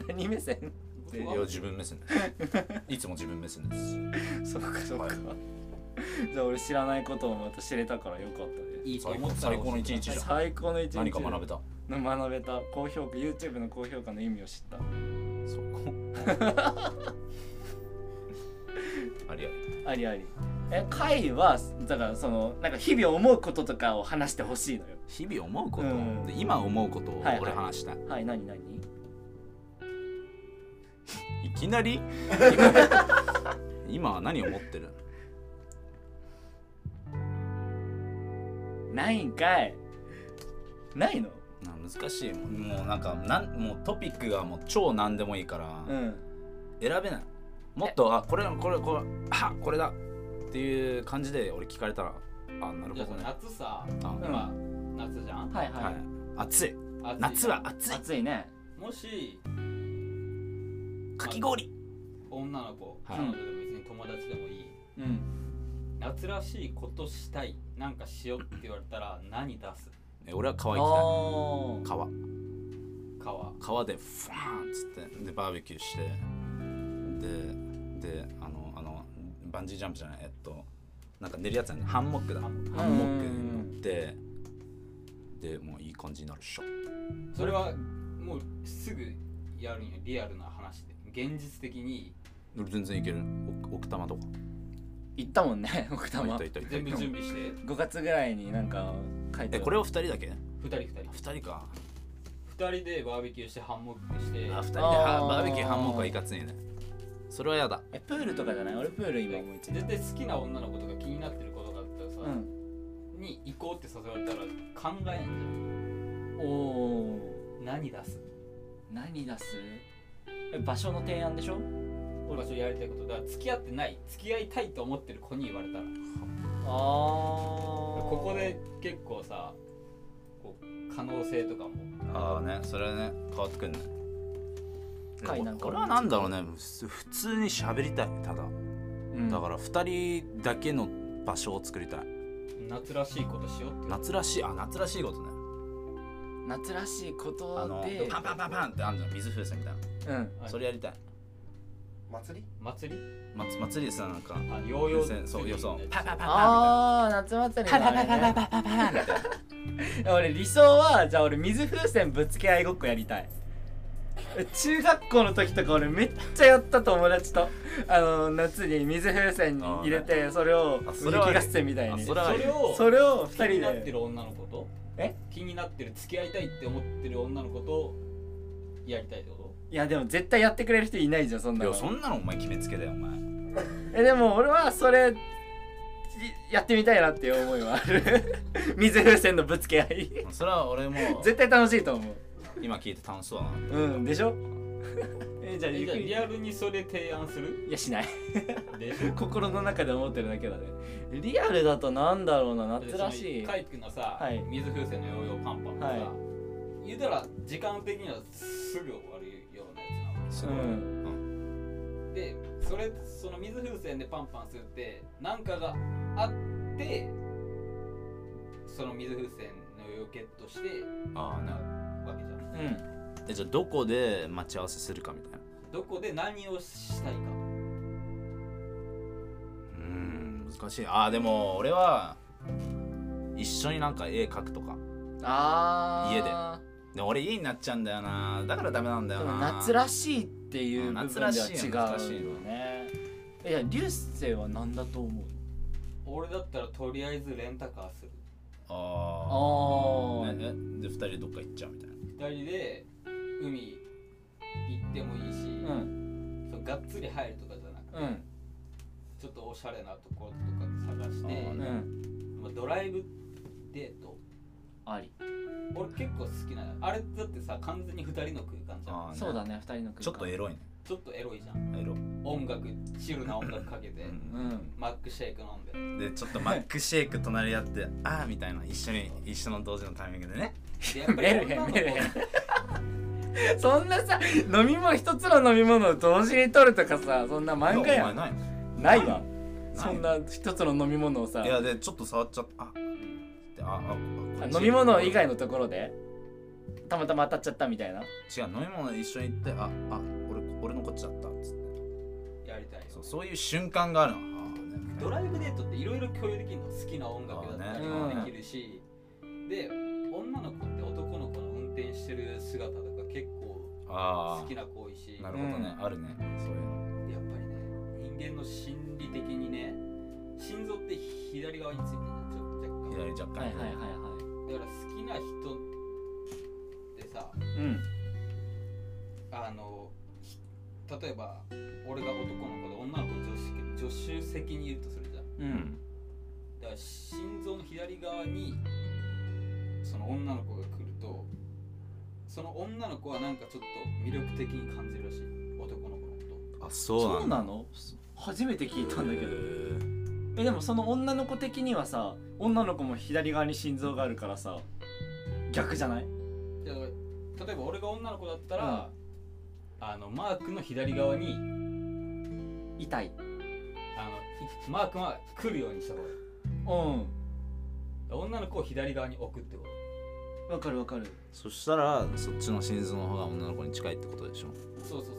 何目線 (laughs)
いや自分目線ですいつも自分目線です
そっかそっか、
はい
じゃあ俺知らないことをまた知れたからよかったね
いいと思ったら
最高の一日じゃん
最高の一日
何か学べた
学べた高評価 YouTube の高評価の意味を知った
そこありあり
ありありえ会はだからそのなんか日々思うこととかを話してほしいのよ
日々思うこと、
うん
で今思うことを
はいはい
俺話したい、
はい何何
い、きな
(laughs)
り今は何を思ってる
ないんかいないの
な難しいもうなんかなんもうトピックがもう超何でもいいから、
うん
選べないもっとあこれこれこれあこれだっていう感じで俺聞かれたらあなる
じゃ
ほ
あ
ど
さ
ね
夏
あ、
さ
ん
今夏じゃん、
はいは
はい
い、
暑い
暑いじゃん
夏は暑い
暑いね
もし
かき氷
女の子、
はい
彼女でも別に友達でもいい
うん
夏らしいことしたいなんかしようって言われたら何出す
え俺は川
あ
行
ー
きたい川
川
川でファーンっつってでバーベキューしてでであのあのバンジージャンプじゃないえっとなんか寝るやつやねハンモックだハンモックに乗ってでもういい感じになるっしょ
それはもうすぐやるんよリアルな話で現実的に
俺全然いける奥奥多摩とか
行ったもんね (laughs) 奥多
あい
摩
たいたいた
全部準備して
5月ぐらいになんか書いて
えこれを2人だけ
2人2人
2人か
2人でバーベキューしてハンモックして
あ2人で
あ
は
ー
バーベキューハンモックはいかついねそれはやだ
えプールとかじゃない俺プール今思いつい
絶
た
対好きな女の子とか気になってることがあったらさ、
うん
に行こうって誘われたら考えんじゃん
おお
何出す
何出すえ場所の提案でしょ
俺はそれやりたいことだから付き合ってない付き合いたいと思ってる子に言われたら
ああ
ここで結構さこう可能性とかも
ああねそれはね変わってくんね
深いなんか
これはなんだろうね普普通に喋りたいただだからら2人だけの場所を作りたい
夏らしいことしようって
夏らしいあ夏らしいことね
夏らしいこ
あ
と
の
で
パンパンパンパンってあんじゃん水風船みたい
うん
な
はい
それやりたい
祭り
祭り
まつ祭りでさなんか
あヨーヨ
風
ー
船そうよそうパンパンパンパン
ああ夏祭りだね俺理想はじゃあ俺水風船ぶつけ合いごっこやりたい中学校の時とか俺めっちゃやった友達とあの夏に水風船に入れてそれを
あ
浮
それは
き合戦みたいに
あ
そ
れは
れを
それを2
気になっ
人
て
で
る女の子と
え
気になってる付き合いたいって思ってる女の子とやりたいってこ
いやでも絶対やってくれる人いないじゃんそん
い
な
や
の
そんなのお前決めつけだよお前
えでも俺はそれやってみたいなっていう思いはある水風船のぶつけ合い
それは俺も
絶対楽しいと思う
今聞いて楽しそうだな
うんでし (laughs) ょえじゃ
と
あ
え
ゆっ
じゃ
く
あ
り
リアルにそれ提案する
いやしない (laughs)
で
心の中で思ってるだけだねリアルだとなんだろうな夏らしい
カイ君のさ、
はい
水風船のヨーヨーパンパンもさ、
はい
言うたら時間的にはすぐ終わるようなやつなの
す
う
ごい
ん
でそれその水風船でパンパンするって何かがあってその水風船のヨーヨーゲットして
ああ
な
な
わけじゃん
うん
えじゃあどこで待ち合わせするかみたいな
どこで何をしたいか
うーん難しいああでも俺は一緒になんか絵描くとか
あー
家で俺家になっちゃうんだよなだからダメなんだ
で
よ
も
な
夏らしいっていううん部分
夏
で
ら
は
しい
違う
よ
よねいや流星は何だと思う
俺だったらとりあえずレンタカーする
あ
あ
あ
ー
で二人でどっか行っちゃうみたいな
2人で海行ってもいいし、
うん
そうがっつり入るとかじゃなくて、
うん
ちょっとおしゃれなところとか探して、
あー
う
ね
ん
まあ、ドライブデート
あり
俺結構好きなのあれだってさ完全に2人の空間じゃん
あー
そうだね2人の空間
ちょっとエロいね
ちょっとエロいじゃん
エロ、
音楽チルな音楽かけて、
う
うん
マックシェイク飲
(laughs)
んで
ん、でちょっとマックシェイク隣やって (laughs) ああみたいな一緒に一緒の同時のタイミングでね
でやっぱ
メル
り
ヘ
女
ン
の
メル
子
ヘンそんなさ飲み物一つの飲み物を同時に取るとかさそんな漫画
いや
や
お前
ん
ないの
ないわ
い
そんな一つの飲み物をさ
いやでちょっと触っちゃったあであああこっち
飲み物以外のところでたまたま当たっちゃったみたいな
違う飲み物一緒に行ってああ俺俺のこっちだったっつって
やりたいよ
そうそういう瞬間があるのあーね
ドライブデートっていろいろ共有できるの好きな音楽だったり
あーね
もできるし、で女の子って男の子の運転してる姿とか結構
ああ
好きな子多いし
なるほどね、あるねそういうの
やっぱりね人間の心理的にね心臓って左側についてるじゃんちょ若干
左若干、
はいはいはいは
だから好きな人ってさ
いうん
あのひ例えば俺が男の子で女の子助手助手席にいるとするじゃん
う
うんん
だから心臓の左側にその女の子が来るとその女の子はなんかちょっと魅力的に感じるらしい男の子のこと
あそうなん
そ
だ
うなの初めて聞いたんだけどえでもその女の子的にはさ女の子も左側に心臓があるからさ逆じゃない
だから例えば俺が女の子だったら、あのマークの左側に
痛い
あのマー君は来るようにした方がいい
うん
女の子を左側に置くってこと
わかるわかる
そしたらそっちの心臓の方が女の子に近いってことでしょ
そうそうそうそう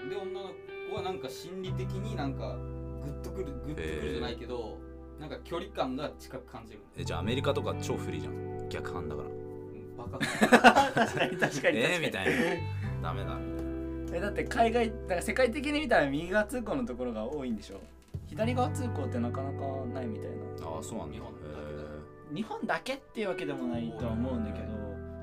そうで女の子はなんか心理的になんかグッとくるグッとくるじゃないけど、なんか距離感が近く感じる
えじゃあアメリカとか超不利じゃん逆反だから
うんバカ
確かに (laughs) 確かに確かに
えー、みたいなダメだ
えだって海外だから世界的に見たら右側通行のところが多いんでしょ左側通行ってなかなかないみたいな
ああそうなんだ
日本だけだよ
日本だけっていうわけでもないとは思うんだけど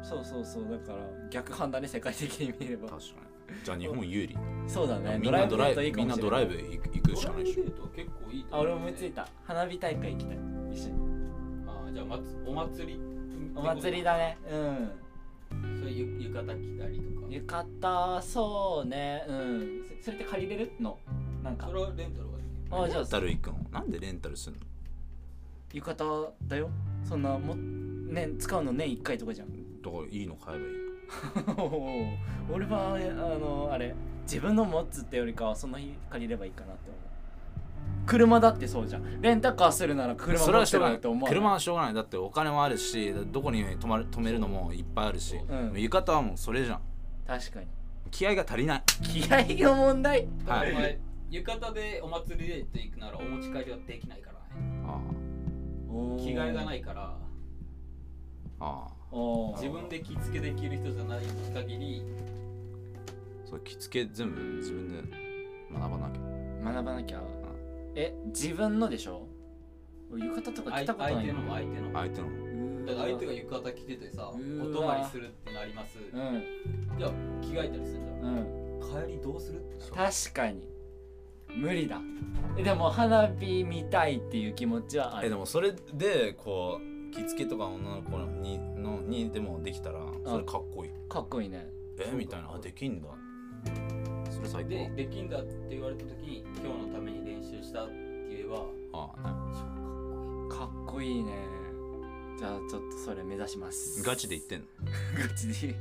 そうそうそうだから逆判断ね世界的に見れ
えー
ば
確かにじゃあ日本有利
そうだね
みんなドライ
だと
ブ
いいか
みん
も
な
しれ
ドライブ行く行くしかないでしょ
ドライブデートは結構いいと
あ
思う
俺思いついた花火大会行きたい一緒に
あーじゃあまつお祭り
お祭りだねうん
それゆ浴衣着たりとか
浴衣そうねうんそそれって借りれるのなんか
それはレンタルはできる
あじゃ
レ
あ
ンタル行くのなんでレンタルするの
浴衣だよそんなもね使うの年1回とかじゃん
だからいいの買えばいい
(laughs) 俺はあのあれ自分の持つってよりかはその日借りればいいかなって思う車だってそうじゃんレンタカーするなら車
それ
持
は
っ
しょ
て
うがな
ない
い
と思う
車はしょうがないだってお金もあるしどこに泊まる止めるのもいっぱいあるし、
うん
浴衣はもうそれじゃん
確かに
気合が足りない
気合の問題
はい
お前浴衣でお祭りデート行くならお持ち帰りはできないからね
あ
着替えがないいから
あああ
自分で着付けできる人じゃない限り
そう着付け全部自分で学ばなきゃ
学ばなきゃえ自分のでしょ俺浴衣とか着
相
たこと
相
ない
手のも相手のも
相手の
だから相手が浴衣着ててさ
うー
お
わ
泊まりするってなります
うん
じゃあ着替えたりするじゃ
うん
ん帰りどうするってなる
確かに無理だえでも花火見たいっていう気持ちはあ
えで
る
もそれでこう着付けとか女の子にのにでもできたらそれかっこいい
かっこいいね
えみたいなあできんだそれ最
で
高
できんだって言われた時に今日のために練習したって言えば
ああな
超かっ
かっこいいねじゃあちょっとそれ目指します
ガチで言ってんの
ガチで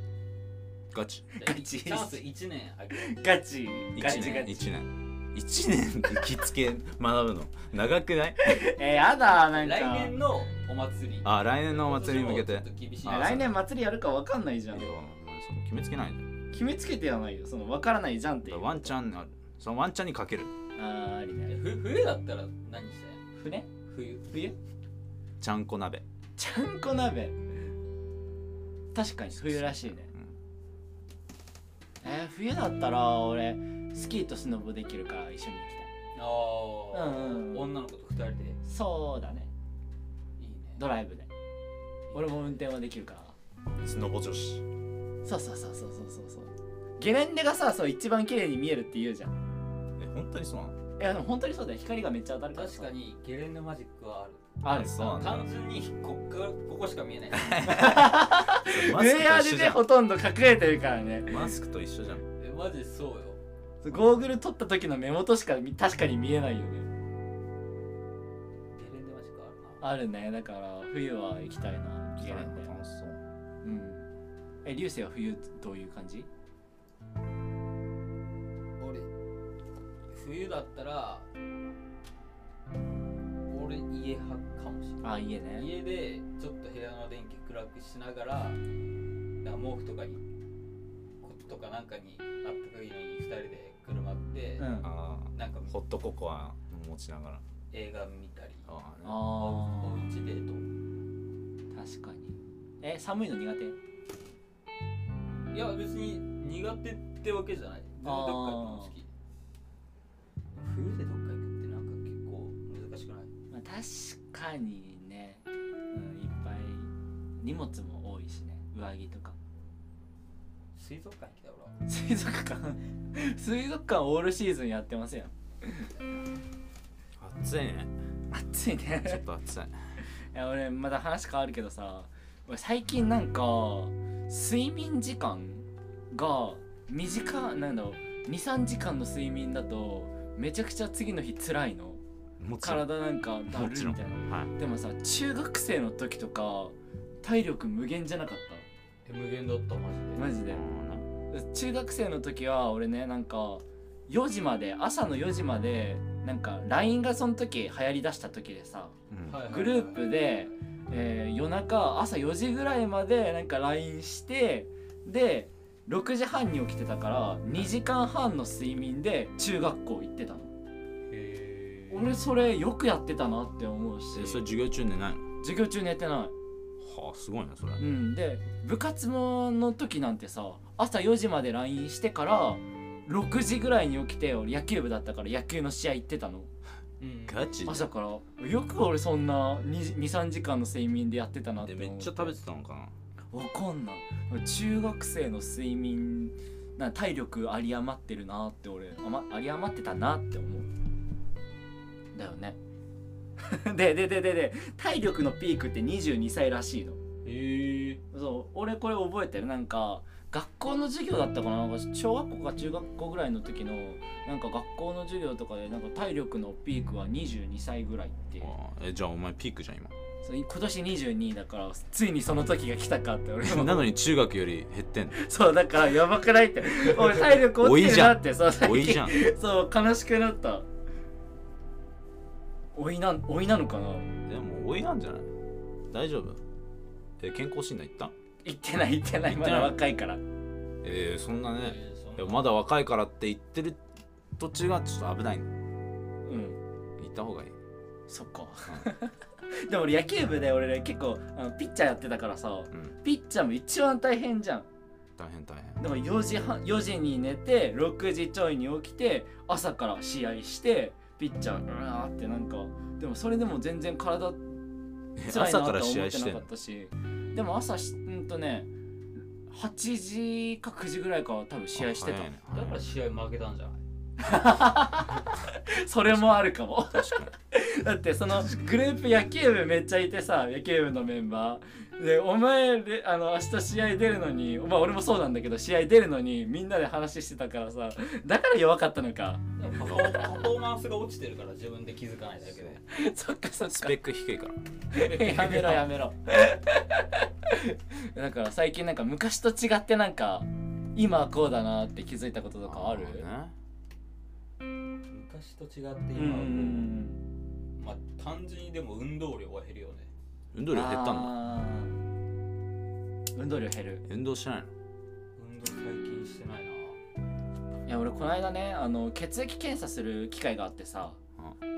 ガチ
こいい
ガチ
チャンス1年あげ
(laughs)
る
ガチガ
1
チガ
年
チ
1年1年で着付け学ぶ (laughs) の長くない
えやだなんか
来年のお祭り
あ来年のお祭りに向けてい
今
や
年もちょっと厳しい
あ
来年祭りやるかわかんないじゃん
お前その決めつけないで
決めつけてはないよそのわからないじゃんっていう
ワンチャンあるそのワンチャンにかける
あーありね
ふ冬だったら何したい
船
冬
冬
ちゃんこ鍋
ちゃんこ鍋確かに冬らしいねえー、冬だったら俺スキーとスノボできるから一緒に行き
あ
たい
あ、
うんうん、うん、
女の子と二人で
そうだね
いいね
ドライブで俺も運転はできるから
うんスノボ女子
そうそうそうそうそうそうそうゲレンデがさそう一番綺麗に見えるって言うじゃん
え本当にそうなの (laughs)
いやでも本当にそうだよ光がめっちゃ当たるから
確かにゲレンデマジックはある
ある
そうなんだ
単純にこっからここしか見えない
マ
ウ
スク
ェア
と一緒
で
じ
ね
ゃ
ほとんど隠れてるからね
んマスクと一緒じゃん
えマジそうよ
ゴーグル取った時の目元しかみ確かに見えないよね
ゲレンデマジックあ
あるねだから冬は行きたいなゲレンデ
楽しそう
うんえ流星は冬どういう感じ
るな俺冬だったら俺家派かもしれない
あ家ね
家でちょっと部屋の電気暗くしながらなんか毛布とかにコットとかなんかにあったかいのに二人で車って、
うんあ
あー
なんか
ホットココア持ちながら
映画見たり
あーね
お
あ
うちデート
確かにえ寒いの苦手
いや別に苦手ってわけじゃない全然どっか行くの好き冬でどっか行くってなんか結構難しくない
まあ、確かにね、うん、いっぱい荷物も多いしね上着とか
水族館行きたい
水族館 (laughs) 水族館オールシーズンやってますやん
暑い (laughs) ね
暑い
ちょっ
ね
と (laughs) 暑い
いや俺まだ話変わるけどさ俺最近なんか睡眠時間が短いなんだろう23時間の睡眠だとめちゃくちゃ次の日辛いの
もちろん
体なんかだる
も
い
ちろ
み
ん
たいな
はい
でもさ中学生の時とか体力無限じゃなかった
俺は無限だったマジで
マジで中学生の時は俺ねなんか4時まで朝の4時までなんか LINE がその時流行りだした時でさ
うん
はいはいは
グ
い
ループで、えー夜中朝4時ぐらいまでなんか LINE してで6時半に起きてたから2時間半の睡眠で中学校行ってたの
へー
俺それよくやってたなって思うし
えそれ授業中寝ないの
授業中寝てない
はあすごいなそれ
うん、で部活もの時なんてさ朝4時まで LINE してから6時ぐらいに起きて俺野球部だったから野球の試合行ってたの
うん
ガチ
朝からよく俺そんな23時間の睡眠でやってたなって
で
思
め
う
っちゃ食べてたのかな
わかんない中学生の睡眠なんか体力有り余ってるなって俺あ、ま、有り余ってたなって思うだよね (laughs) ででででで体力のピークって22歳らしいの
へえ
そう俺これ覚えてるなんか学校の授業だったかななんか小学校か中学校ぐらいの時のなんか学校の授業とかでなんか体力のピークは22歳ぐらいって
あーえじゃあお前ピークじゃ
(laughs)
ん
そう今年22だからついにその時が来たかって俺
今 (laughs) なの
に
に中学より減って
(laughs)
んの
そうだからやばくないって俺体力落ちてるなってさ最
多
近
いじゃん
そう悲しくなった老いなん老いなのかな
でも多いなんじゃない大丈夫え健康診断行った
言ってない言ってない
言っ
ま
てない
だ若いから
えー、そんなね
ーそんな
でもまだ若いからって言ってる途中がちょっと危ないの
うん
行った方がいい
そっかでも俺野球部で俺ね結構あのピッチャーやってたからさ
うん
ピッチャーも一番大変じゃん
大変大変
(laughs) でも4時半4時に寝て6時ちょいに起きて朝から試合してピッチャーうわーってなんかでもそれでも全然
え
体辛いな
朝
と
か
は
ら
思っ
試合
て
し
な
てん
か
の
ったしでも朝しうんとね8時か9時ぐらいから多分試合して
あ
た、
早いね
だから試合負けたんじゃない
それもあるかも
確かに
だってそのグループ野球部めっちゃいてさ野球部のメンバーでお前であの明日試合出るのにまあ俺もそうなんだけど試合出るのにみんなで話してたからさだから弱かったのか
でもパフォーパフォーマンスが落ちてるから自分で気づかないだけで
そっかそっ
ス
か
ペック低いから
や (laughs) めろやめろだから最近なんか昔と違ってなんか今はこうだなって気づいたこととかある
ーね
昔と違って
うん
今はこうまあ単純にでも運動量は減るよね
運動量減ったんだ
あー運動量減る
運動してないの
運動最近してないない
や俺この間ねあの血液検査する機会があってさ、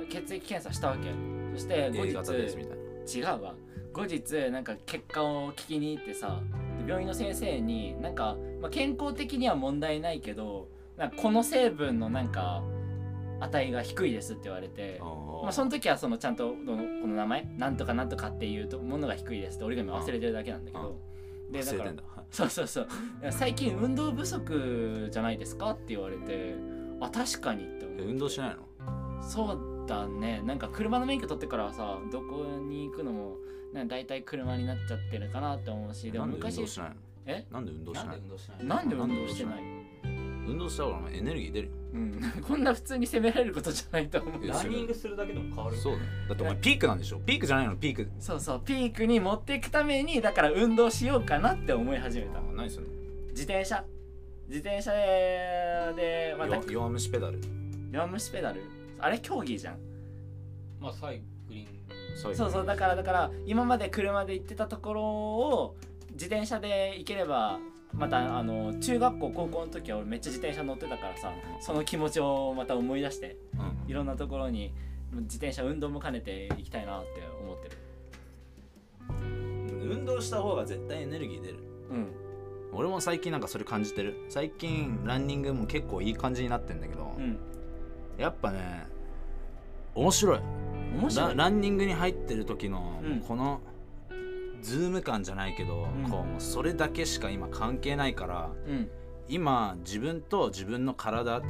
血液検査したわけそして
A
後
型ですみ
日
たいな
違うわ後日なんか結果を聞きに行ってさで病院の先生になんか、まあ、健康的には問題ないけどなんかこの成分のなんか値が低いですって言われて
あ
まあ、その時はそのちゃんとどのこの名前なんとかなんとかっていうとものが低いですって折り紙忘れてるだけなんだけどで
忘
だか
れて
ら
んだはい
そうそうそういや最近運動不足じゃないですかって言われてあ確かにって思っ
え
て
運動してないの
そうだねなんか車の免許取ってからさどこに行くのもなんか大体車になっちゃってるかなって思うしで
なん
も
で運
昔
動しないの
え
なんで運動し
な
なんい
で運動しないの
なんで運動してない
の運動した方がエネルギー出るよ
うん、こんな普通に責められることじゃないと思う
いや
ランニングするだけでも変わる
そうだよだってお前ピークなんでしょピークじゃないのピーク
そうそうピークに持っていくためにだから運動しようかなって思い始めた
あ何すんの
自転車自転車ででまた
弱弱虫ペダル
弱虫ペダルあれ競技じゃん
まあサイクリング
そう
そうそうだからだから今まで車で行ってたところを自転車で行ければまたあの中学校高校の時は俺めっちゃ自転車乗ってたからさその気持ちをまた思い出して
うん
いろんなところに自転車運動も兼ねていきたいなって思ってる
運動した方が絶対エネルギー出る
うん
俺も最近なんかそれ感じてる最近ランニングも結構いい感じになってんだけど、
う
やっぱね面白い
ん面白
ラ
い
ランニングに入ってる時の
うん
このズーム感じゃないけど、
うん
こうもうそれだけしか今関係ないから
うん
今自分と自分の体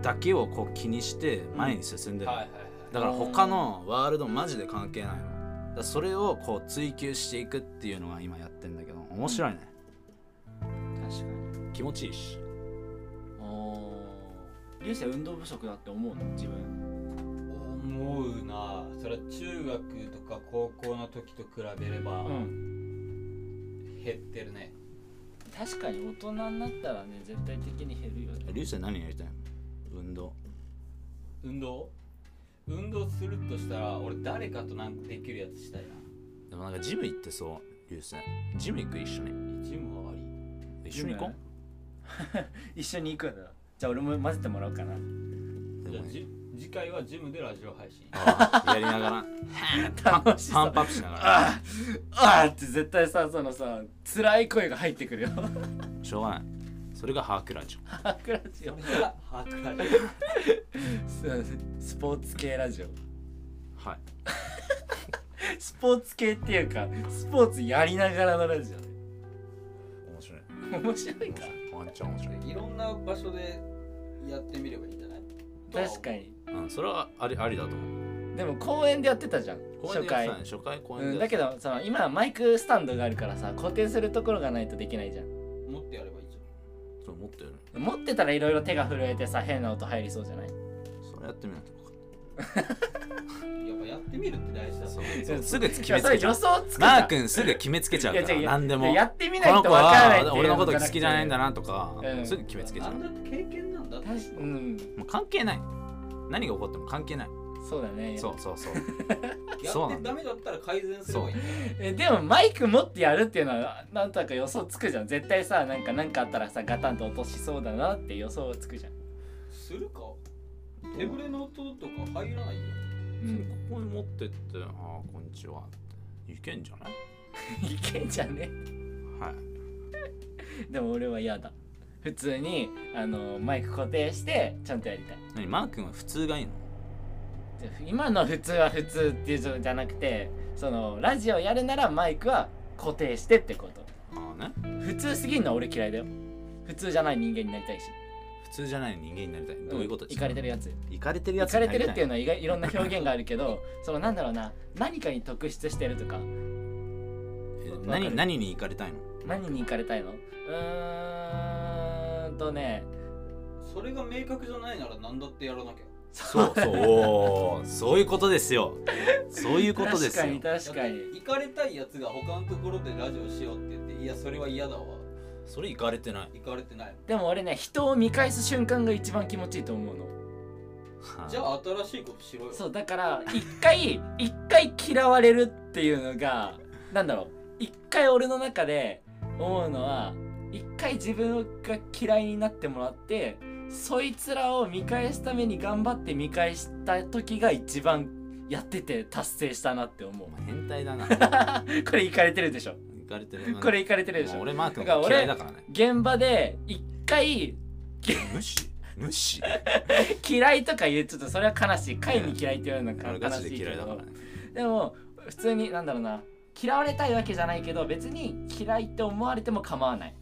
だけをこう気にして前に進んでる、
はいはいはい
だから他のワールドマジで関係ないのだからそれをこう追求していくっていうのが今やってんだけど面白いね、
確かに
気持ちいいし
おー流星運動不足だって思うの自分
思うなそれは中学とか高校の時と比べれば
うん
減ってるね、
確かに大人になったらね絶対的に減るよね
流星何やりたいの運動
運動運動するとしたら俺誰かとなんかできるやつしたいな
でもなんかジム行ってそう流星ジム行く一緒に
ジムはあり
一緒に行こ
一緒に行くんだじゃあ俺も混ぜてもらおうかな
う
じ
で
ゃあ
もね
じ次回はジムでラジオ配信
ああやりながら
(laughs) 楽し
パ
そ
ン
う
プアップしながら
ああああって絶対さそのさ辛い声が入ってくるよ
しょうがないそれがハークラジオ
ハークラジオ
それが把握られる
す (laughs) スポーツ系ラジオ
はい
スポーツ系っていうかスポーツやりながらのラジオ
面白い
面白いか
ワンチャン面白い
いろんな場所でやってみればいいんじゃない
確かに
うんそれはありありだと思う
でも公園でやってたじゃん
公園
初
でやって
回
たね初回公
う
園で
ん、
や
だ
って
けどさ今マイクスタンドがあるからさ固定するところがないとできないじゃん
持ってやればいいじゃ
たそう思ったよね
持ってたらいろいろ手が震えてさ変な音入りそうじゃない
それやってみないと分かんない
んやっぱやってみるって大事だ
そ
と
う
思
そうすぐ決
いや
め
そ
つ
れ
けちゃ
予
う
想つくじ
マ
ゃん
ー君すぐ決めつけちゃうか
いや
ら
違う
何で
いや
も
やってみ
こ
ない
の
と
子
わからないって
は俺のこと好きじゃないんだ
な
なとか、
うん
すぐ決めつけちゃう
なんだって経験なんだって
確かうん
もう関係ない何が起こっても関係ない
そうだね
そうそうそう
や
そうな
っ
の
てダメだったら改善すればいいんだよ
えでもマイク持ってやるっていうのはなんとなく予想つくじゃん絶対さなんかなんかあったらさガタンと落としそうだなって予想つくじゃん、
するか手ぶれの音とか入らないよ
(laughs)
うん、
ここに持ってって「ああこんにちは」っていけんじゃない
いけんじゃね
はい
でも俺は嫌だ普通にあのマイク固定してちゃんとやりたい
何マー君は普通がいいの
今の普通は普通っていうのじゃなくてそのラジオやるならマイクは固定してってこと
ああね
普通すぎるのは俺嫌いだよ普通じゃない人間になりたいし
普通じゃない人間になりたいどういうこと
いかれて
る
るやつ
いかれてるや
い
つ
かれてるっていう
の
のはいがいろんな表現があるけど (laughs) そのなんだろうな何かに特筆してるとかわか
何
る
何にいかれたいの
何に行かれたいのうーんとね
それが明確じゃないなら何だってやらなきゃ
そうそうおーそういうことですよそういうことですよ
確かに確かに
だって行かれたいやつが他のところでラジオしようって言っていやそれは嫌だわ
それいかれてない
行かれてない
でも俺ね人を見返す瞬間が一番気持ちいいと思うの
じゃあ新しいことしろよ
そうだから一回一回嫌われるっていうのがなんだろう一回俺の中で思うのは一回自分が嫌いになってもらってそいつらを見返すために頑張って見返した時が一番やってて達成したなって思う (laughs)
お前変態だな
これいかれてるでしょ
いかれてる
(laughs) これいかれてるでし
もう
ょ
俺マー君が嫌いだからね
現場で一回
無視無視
嫌いとか言うちょっとそれは悲しい会に嫌いって言われるの
俺
か
ガ
悲
チ
し
で
いけ
嫌いだか
ど
らね
でも普通になんだろうな嫌われたいわけじゃないけど別に嫌いって思われても構わない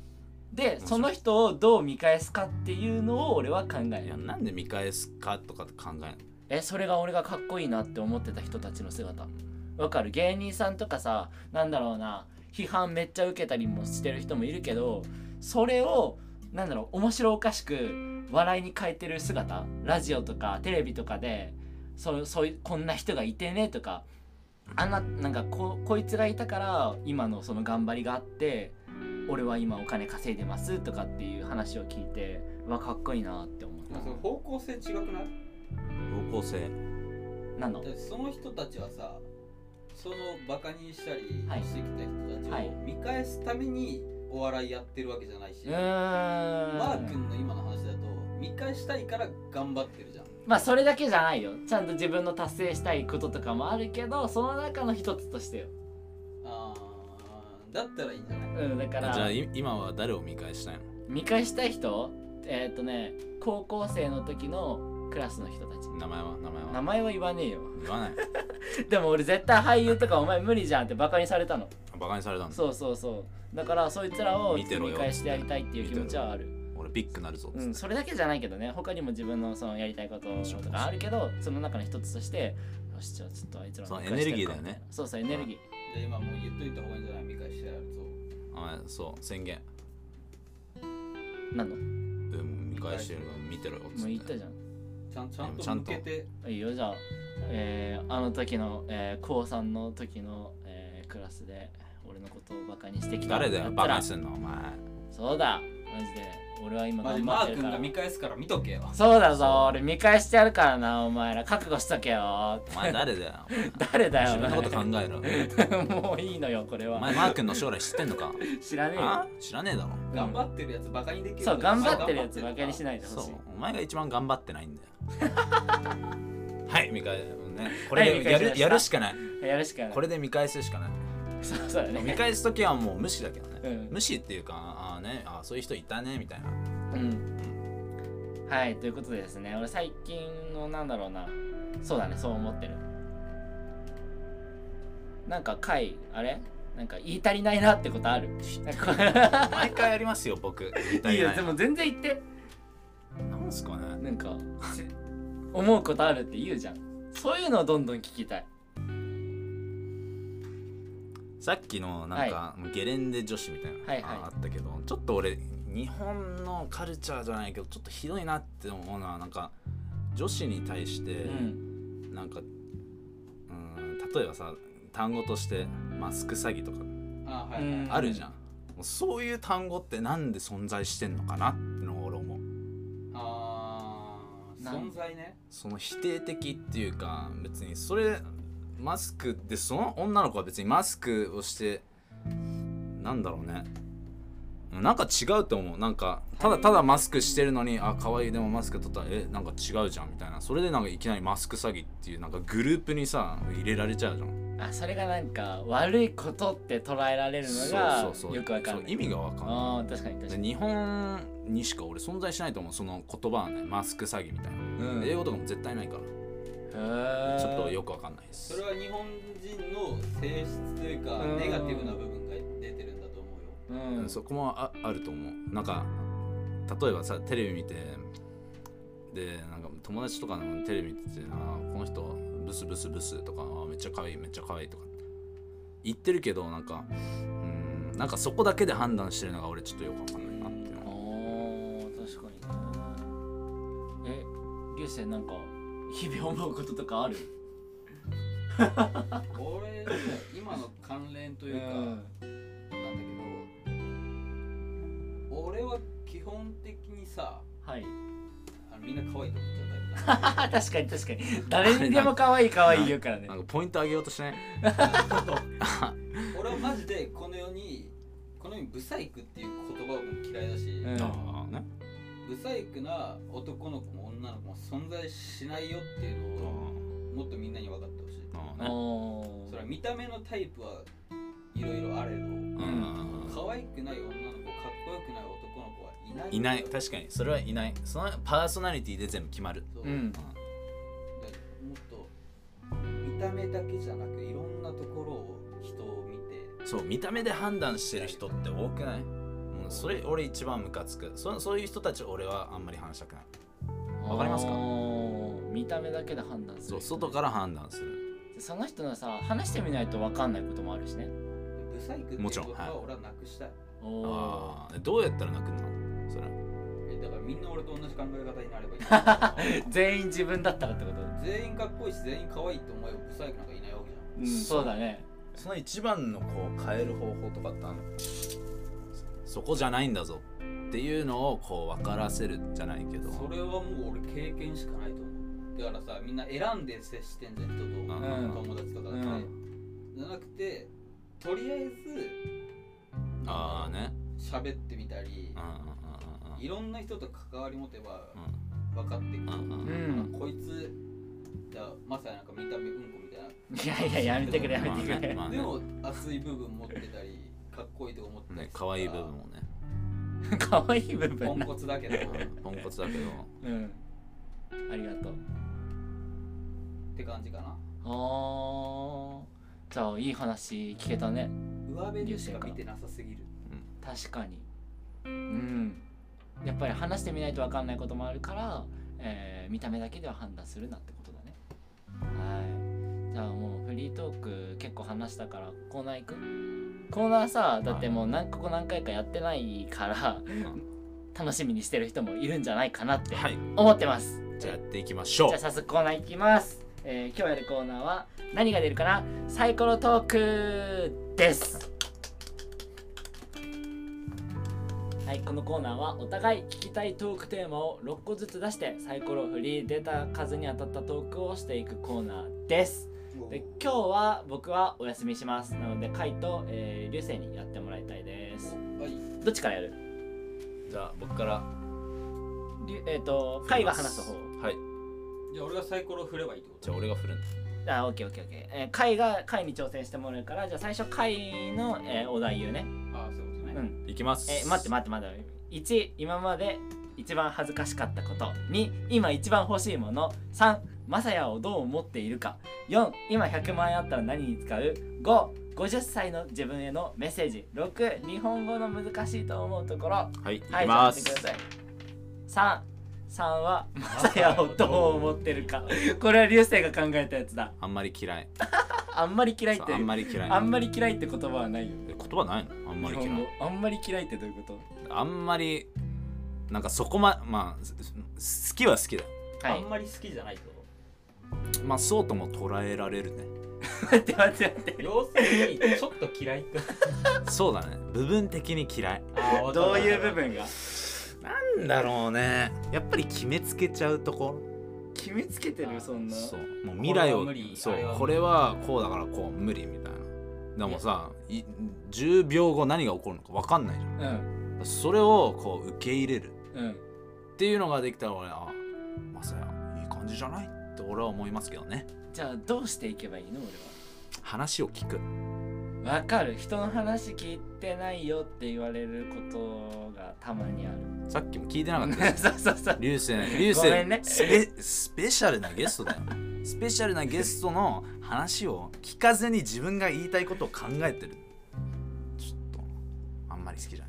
で
そう
その人をどう見返すかっていうのを俺は考え
いや
る
なんで見返すかとかって考えない
えそれが俺がかっこいいなって思ってた人たちの姿わかる芸人さんとかさなんだろうな批判めっちゃ受けたりもしてる人もいるけどそれをなんだろう面白おかしく笑いに変えてる姿ラジオとかテレビとかでそそういこんな人がいてねとかあんななんかここいつがいたから今のその頑張りがあって俺は今お金稼いでますとかっていう話を聞いてうわかっこいいなって思っ
でもその
た
方向性違くない
方向性
なんの
だってその人たちはさそのバカにしたり
はい
してきた人た
は
ち
い
を見返すためにお笑いやってるわけじゃないし、
うーん
マー君の今の話だと見返したいから頑張ってるじゃん
まあそれだけじゃないよちゃんと自分の達成したいこととかもあるけどその中の一つとしてよ
あーだったらいいんじゃない
うんだか
じゃあ
ら
い今は誰を見返したいの
見返したい人えーっ、とね高校生の時のクラスの人たち
名前は名前
名
は
前は言わねえよ
言わない
でも俺絶対俳優とかお前無理じゃんってバカにされたの
バカにされたんだ
そうそうそうだからそいつらを
見てろよ
見返してやりたいっていう気持ちはある
俺ビッグなるぞっ
う
つっ
ん、
て
それだけじゃないけどね他にも自分のそのやりたいこととかあるけどその中の一つとしてよしじゃあちょっとあいつら
そう
見返してやる
エネルギ
か
ーだよね
そうそうエネルギー
じゃあ今もう言っといた方がいいんじゃない見返してやるぞ
あそう宣言
何のも
でも見返してるの見てろよっつ
う
っ
言ってたじゃん
ちゃんちゃん
ちゃ
と
ん
向
と
けて
いいよじゃあ、えーあの時の、えー、高3の時の、えークラスで俺のことをバカにしてきた
誰だ
や
よ
つら
バカにすんのお前
そうだマジで俺は今
マジ
頑
マ
張ってる
ー君
か
が
ら
見返すから見とけよ
そうだぞ俺見返してやるからなお前ら覚悟しとけよ
お前誰だよ
誰 (laughs) だよ
自分のこと考えろ
お前 (laughs) もういいのよこれ
お
は
前マー君の将来知ってんのか
知らねえ
あ
よ
知らねえだろ
うん
(laughs) 頑張ってるやつバカにできる
そう頑張ってるやつば
バ
か
カ
りしないでほ
そ
しいう
お前が一番頑張ってないんだよ
(laughs)
はい見返ねこれでや
はい見返しまし
る
た
やるしかない
やるしかない
これで見返すしかない
そうそうだ
見
ね
返す時はもう無視だけどね、
うん
無視っていうかああねあーそういう人いたねみたいな
うんはいということでですね俺最近のなんだろうなそうだねそう思ってるなんか回あれなんか言い足りないなってことあるなんか (laughs)
毎回やりますよ僕言いた
いい
い
よ
な
でも全然言って
なんすかね
なんかせ思うことあるって言うじゃんそういうのをどんどん聞きたい
さっきのなんか、ゲレンデ女子みたいなの
はいはい
ああったけどちょっと俺日本のカルチャーじゃないけどちょっとひどいなって思うのはなんか女子に対して、
うん
なんかうん例えばさ単語としてマスク詐欺とか
あはいはい、
うん
あるじゃん、もうそういう単語ってなんで存在してんのかなってのを俺思う
あー
なん
存在ね
その否定的っていうか別にそれマスクでその女の子は別にマスクをしてなんだろうねなんか違うと思うなんかただただマスクしてるのにあ可愛いでもマスク取ったらえなんか違うじゃんみたいなそれでなんかいきなりマスク詐欺っていうなんかグループにさ入れられちゃうじゃん
あそれがなんか悪いことって捉えられるのがよくわかん
そ
な
う
い
意味がわかんない
あー確かに確か
で
に、
日本にしか俺存在しないと思うその言葉はねマスク詐欺みたいな、
うん
英語とかも絶対ないか
へ
ら
ー
ちょっとよくわかんないです
それは日本人の性質というか
うん
ネガティブな部分が出てるんだと思うよ
うん
そこもああると思うなんか例えばさテレビ見てでなんか友達とかのテレビ見ててあーこの人ブスブスブスとかあーめっちゃ可愛いめっちゃ可愛いとか言ってるけどなんかうーんなんかそこだけで判断してるのが俺ちょっとよくわかんないなっていうのは
おー確かになえ流星なんか日々思うこととかある
俺の今の関連というか、なんだけど俺は基本的にさ
(laughs)
はい
あのみんな可愛いと思っちゃうタイプ
あ確かに確かに誰にでも可愛い可愛い言うからね
なんかポイント上げようとしない
だ (laughs) 俺はマジでこの世にこの世にブサイクっていう言葉も嫌いだし、
うん
ああね
ブサイクな男の子も女の子も存在しないよっていうのをもっとみんなに分かってほしい
ああね
お
それは見た目のタイプはいろいろあれど
うん
可愛くない女の子かっこよくない男の子はいない
いない確かにそれはいないそのパーソナリティで全部決まる
そう
う
だ
ん
からもっと見た目だけじゃなくいろんなところを人を見て
そう見た目で判断してる人って多くないもうそれ俺一番ムカつくそそういう人たち俺はあんまり話したくないわかりますか
おー見た目だけで判断す
そ
る
う外から判断する
その人のさ話してみないと分かんないこともあるしね
ブサイクっていう
もちろん
言葉
は
を
い
俺はなくしたい、
おお
ああどうやったらなくなるのそれ
えだからみんな俺と同じ考え方になればい
(laughs)
い
全員自分だったらってこと
全員かっこいいし全員可愛いって思えばブサイクなんかいないわけじゃん
うんそうだね
その一番のこう変える方法とかってあるのそこじゃないんだぞっていうのをこう分からせるじゃないけど
それはもう俺経験しかないと思うだからさみんな選んで接してんじゃん人と
うん
友達とかだって、じゃなくてとりあえず
ああね
喋ってみたり
うんうん
いろんな人と関わり持てば
う
分かってくる、
んうんうんうん
う
うん
ん
こいつじゃあまさになんか見た目うんこみたいない
やいややめてくれやめてくれ、
まあね
でも熱い部分持ってたりかっこいいと思ってたり
ね可愛い部分もね
(laughs) 可愛い部
ポ
分
ン
な
コツだけどっ
うんポンコツだけど
うんありがとう
て感じかな
あーじゃあいい話聞けたね
上辺でしか見てなさすぎる
確かにうんやっぱり話してみないと分かんないこともあるから、えー見た目だけでは判断するなってことだねはいじゃあもうフリートーク結構話したからコーナー行くコーナーさだってもう何ここ何回かやってないから (laughs)
うん
楽しみにしてる人もいるんじゃないかなって
はい
思ってます、
じゃあやっていきましょう
じゃあ早速コーナーいきます、えー今日やるコーナーは何が出るかなサイコロトークですはい、このコーナーはお互い聞きたいトークテーマを6個ずつ出してサイコロを振り出た数に当たったトークをしていくコーナーですで今日は僕はお休みしますなのでカイと、えー、流星にやってもらいたいです
はい
どっちからやる
じゃあ僕から
りゅえっ、とカイが話す方
はい
じゃあ俺がサイコロ振ればいいってこ
じ
と
ゃあ俺が振るんだ
あオッケーオッケーオッケー、えー、カイがカイに挑戦してもらうからじゃあ最初カイの、えーお題言うね
ああそういうことね、
うん
いきます
えー待って待って待って1今まで一番恥ずかしかったこと2今一番欲しいもの3マサヤをどう思っているか4今100万円あったら何に使う550歳の自分へのメッセージ6日本語の難しいと思うところはい
はいいき
じゃあ
ま
やってく
す
ださい33はマサヤをどう思ってるか (laughs) これは流星が考えたやつだ
あんまり嫌い
あんまり嫌いっ
そう
て
あんまり嫌い
あんまり嫌いって言葉はないよ
え言葉ないのあんま
日
り嫌
本語
い
あんまり嫌いってどういうこ
あんまりなんかそこままあすす好きは好きだよ
とは
あ
い
んまり好きじゃないってこ
まあそうとも捉えられるね
待って待って待って
と要するにちょっと嫌いって
そうだね部分的に嫌い
ああわかる
ど
わ
う
かる
いう部分が
なんだろうねやっぱり決めつけちゃうとこ
決めつけてるそん
ろ
な
そうもう未来を
これは無理
そ
あれは無
う
理
これはこうだからこう無理みたいなでもさい10秒後何が起こるのか分かんないじゃん
うん
それをこう受け入れる
うん
っていうのができたら俺あまさやいい感じじゃないって俺は思いますけどね
じゃあどうしていけばいいの
話を聞く
俺はわかる人の話聞いてないよって言われることがたまにある
さっきも聞いてなかった
(laughs) そうそうそう
流星流星
ごめんね
スペスペシャルなゲストだよスペシャルなゲストの話を聞かずに自分が言いたいことを考えてるちょっとあんまり好きじゃない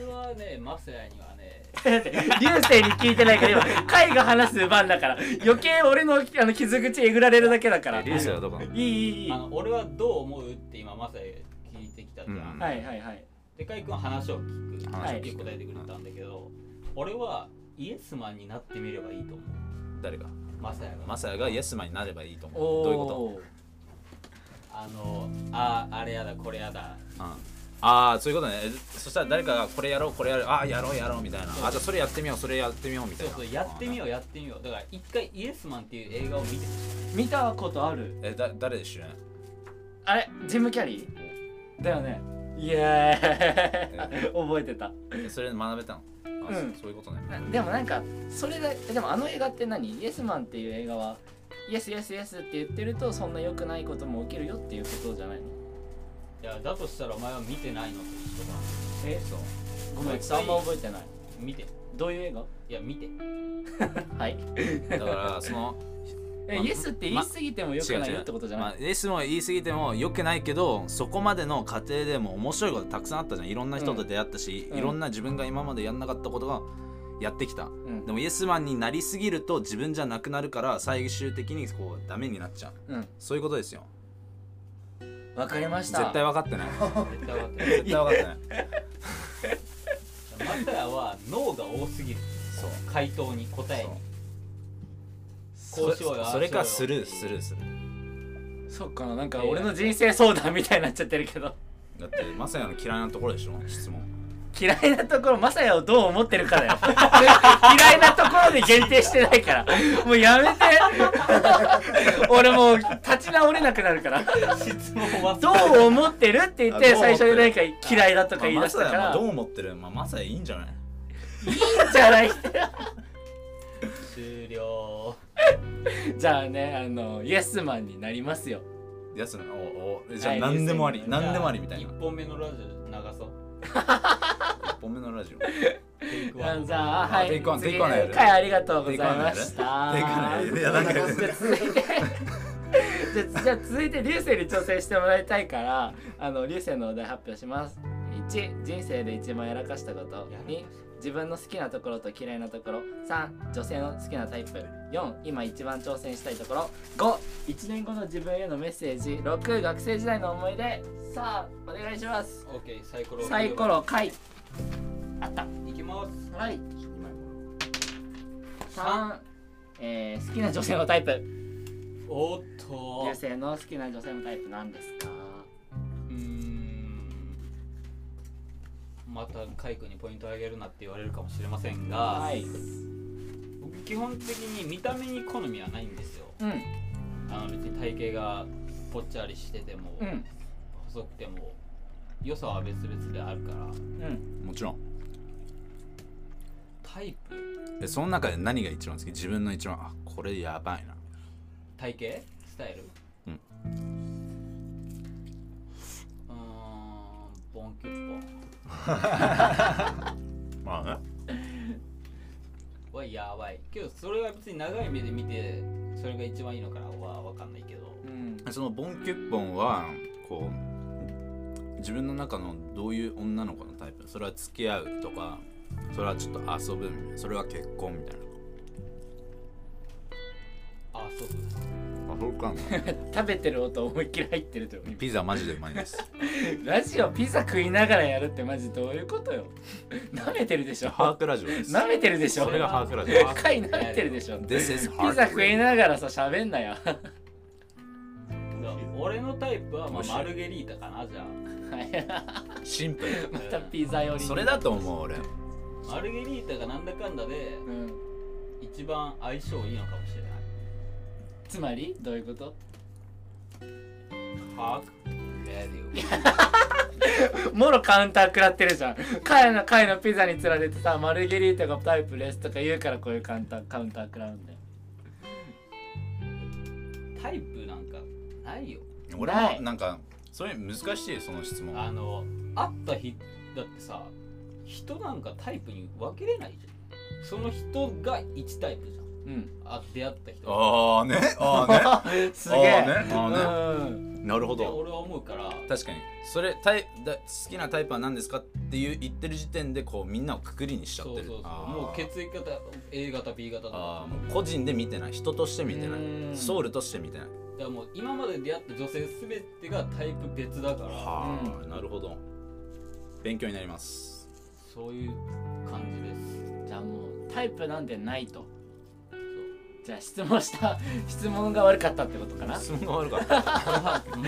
(laughs)
僕はねマサヤにはね
だって流星に聞いてないから
(laughs)
今会が話す番だから余計俺のあの傷口えぐられるだけだから
え流星はどこなの
いいいいいい
あ
は
の俺はどう思うって今マサヤ聞いてきたじゃん、
うん
いはいはい
でかい君は話を聞く
話
を聞く
結構答えてくれたんだけど、俺はイエスマンになってみればいいと思う
誰が
マサヤが、
マサヤがイエスマンになればいいと思
お
うどういうこ
お
あのああれやだこれやだ
と、うんああそういうことねえそしたら誰かがこれやろうこれやろうああやろうやろうみたいなあじゃあそれやってみようそれやってみようみた
そ
いうな
そうやってみようやってみようだから一回イエスマンっていう映画を見て
見たことある
えだ誰で主演
あれジム・キャリーだよねイエーイ覚えてた
えそれ学べたのあ、
うん
そそういうことね
なでもなんかそれだでもあの映画って何イエスマンっていう映画はイエスイエスイエスって言ってるとそんな良くないことも起きるよっていうことじゃないの
いやだとしたらお前は見てないのと一緒だ
え
そう
ごめんちょっとあんま覚えてない
見て
どういう映
いや
(laughs)
見て
画はい
だからそ
(laughs)
の
え
ま
イエスって言い過ぎても良くないよってことじゃない
まあ、イエスも言い過ぎても良くないけどそこまでの過程でも面白いことたくさんあったじゃんいろんな人と出会ったし、
うん
いろんな自分が今までやんなかったことがやってきた
うん
でもイエスマンになりすぎると自分じゃなくなるから最終的にこうダメになっちゃう
うん
そういうことですよ
わかりまし
絶
た
対分か
(laughs)
ってない
絶対分かってる
絶対分かってない
マサヤは脳が多すぎる
そう
回答に答えにこうしようよ
そそれか
ああし
ス
よう
ル
よ
ースルーする
そっかななんか俺の人生相談みたいになっちゃってるけど
だってまさやの嫌いなところでしょ質問
嫌いなところマサヤをどう思ってるかだよ (laughs) 嫌いなところで限定してないからもうやめて (laughs) 俺もう立ち直れなくなるから
質問は
どう思ってるって言っ
あ
て
どう思
最
ってる
初に何か嫌いだとか言い
まあ
出したか
まさや
ら
もど
いう
思ってるまあまさやいいんじゃない
いんじゃない
終了
じゃあねあのイエスマンになりますよ
やつのおおじゃあ
はい
何でもあり
冷静に
何でもありみたいな
1本目のラジオ流そう
1本目のラジオ
テイ
(laughs)
クワン
じゃあ
あ
はい
テイクワン
次
テイクワンやる
回ありがとうございました
テイクワンやるテイクワンやるいやなん
(laughs)
か
じゃあ続いてじゃあじゃあ続いて (laughs) 流星に挑戦してもらいたいからあの流星のお題発表します1人生で一番やらかしたこと
やる
2自分の好きなところと嫌いなところ3女性の好きなタイプ4今一番挑戦したいところ51年後の自分へのメッセージ6学生時代の思い出さあお願いします
オッケーサイコロ
サイコロ回あった
いきます
はい三えー、好きな女性のタイプ
おっと
女性の好きな女性のタイプなんですか
うーんまたカイ君にポイントあげるなって言われるかもしれませんが、
はい
僕基本的に見た目に好みはないんですよ
うん
あの別に体型がぽっちゃりしてても、
うん
細くても良さは別々であるから
うん
もちろん
タイプ
えその中で何が一番好き自分の一番あこれやばいな
体型スタイル
うん
うーんボンキュッ
まあね
ポはやばいけどそれは別に長い目で見てそれが一番いいのかは分かんないけど
うん
そのボンキュッポンはこう自分の中のどういう女の子のタイプそれは付き合うとかそれはちょっと遊ぶみたいなそれは結婚みたいな
あそう
あそうか
食べてる音思いっきり入ってるとよ今
ピザマジでうまいです
ラジオピザ食いながらやるってマジどういうことよ (laughs) 舐めてるでし
(laughs)
ょ
ハークラジオです
舐めてるでしょ
それがハークラジオ
貝舐めてるでしょ (laughs) ピ
This is
ザ食いながらさ喋んなよ
俺のタイプはまあ
美味しい
マルゲリータかなじゃ
シンプル
またピザ寄り
それだと思う俺
あマルゲリータがなんだかんだで
うん
一番相性いいのかもしれない
つまりどういうこと
ハークレディ
もろカウンター食らってるじゃん貝の貝のピザにつられてさマルゲリータがタイプレスとか言うからこういうカウンターカウンター食らうんだよ
オタイプなんかないよ
俺
ない
もなんかそれ難しいその質問
あの会った日だってさ人なんかタイプに分けれないじゃんその人が1タイプじゃん
うん
あ出会った人
あーねあーね
(laughs) すげえ、
あーねあーね
うん
(laughs) なるほ
で
ど
俺は思うから
確かにそれタイだ好きなタイプは何ですかっていう言ってる時点でこうみんなをくくりにしちゃっ
そう
て
そう
る
そう
あー
もう血液型 A 型 B 型と
あ
か
ーもう個人で見てない人として見てな
うー
い
ん
ソウルとして見てない
だからもう今まで出会った女性全てがタイプ別だから
は
う
あなるほど勉強になります
そういう感じです
じゃあもうタイプなんてないと
そう
じゃあ質問した (laughs) 質問が悪かったってことかな
質問が悪かった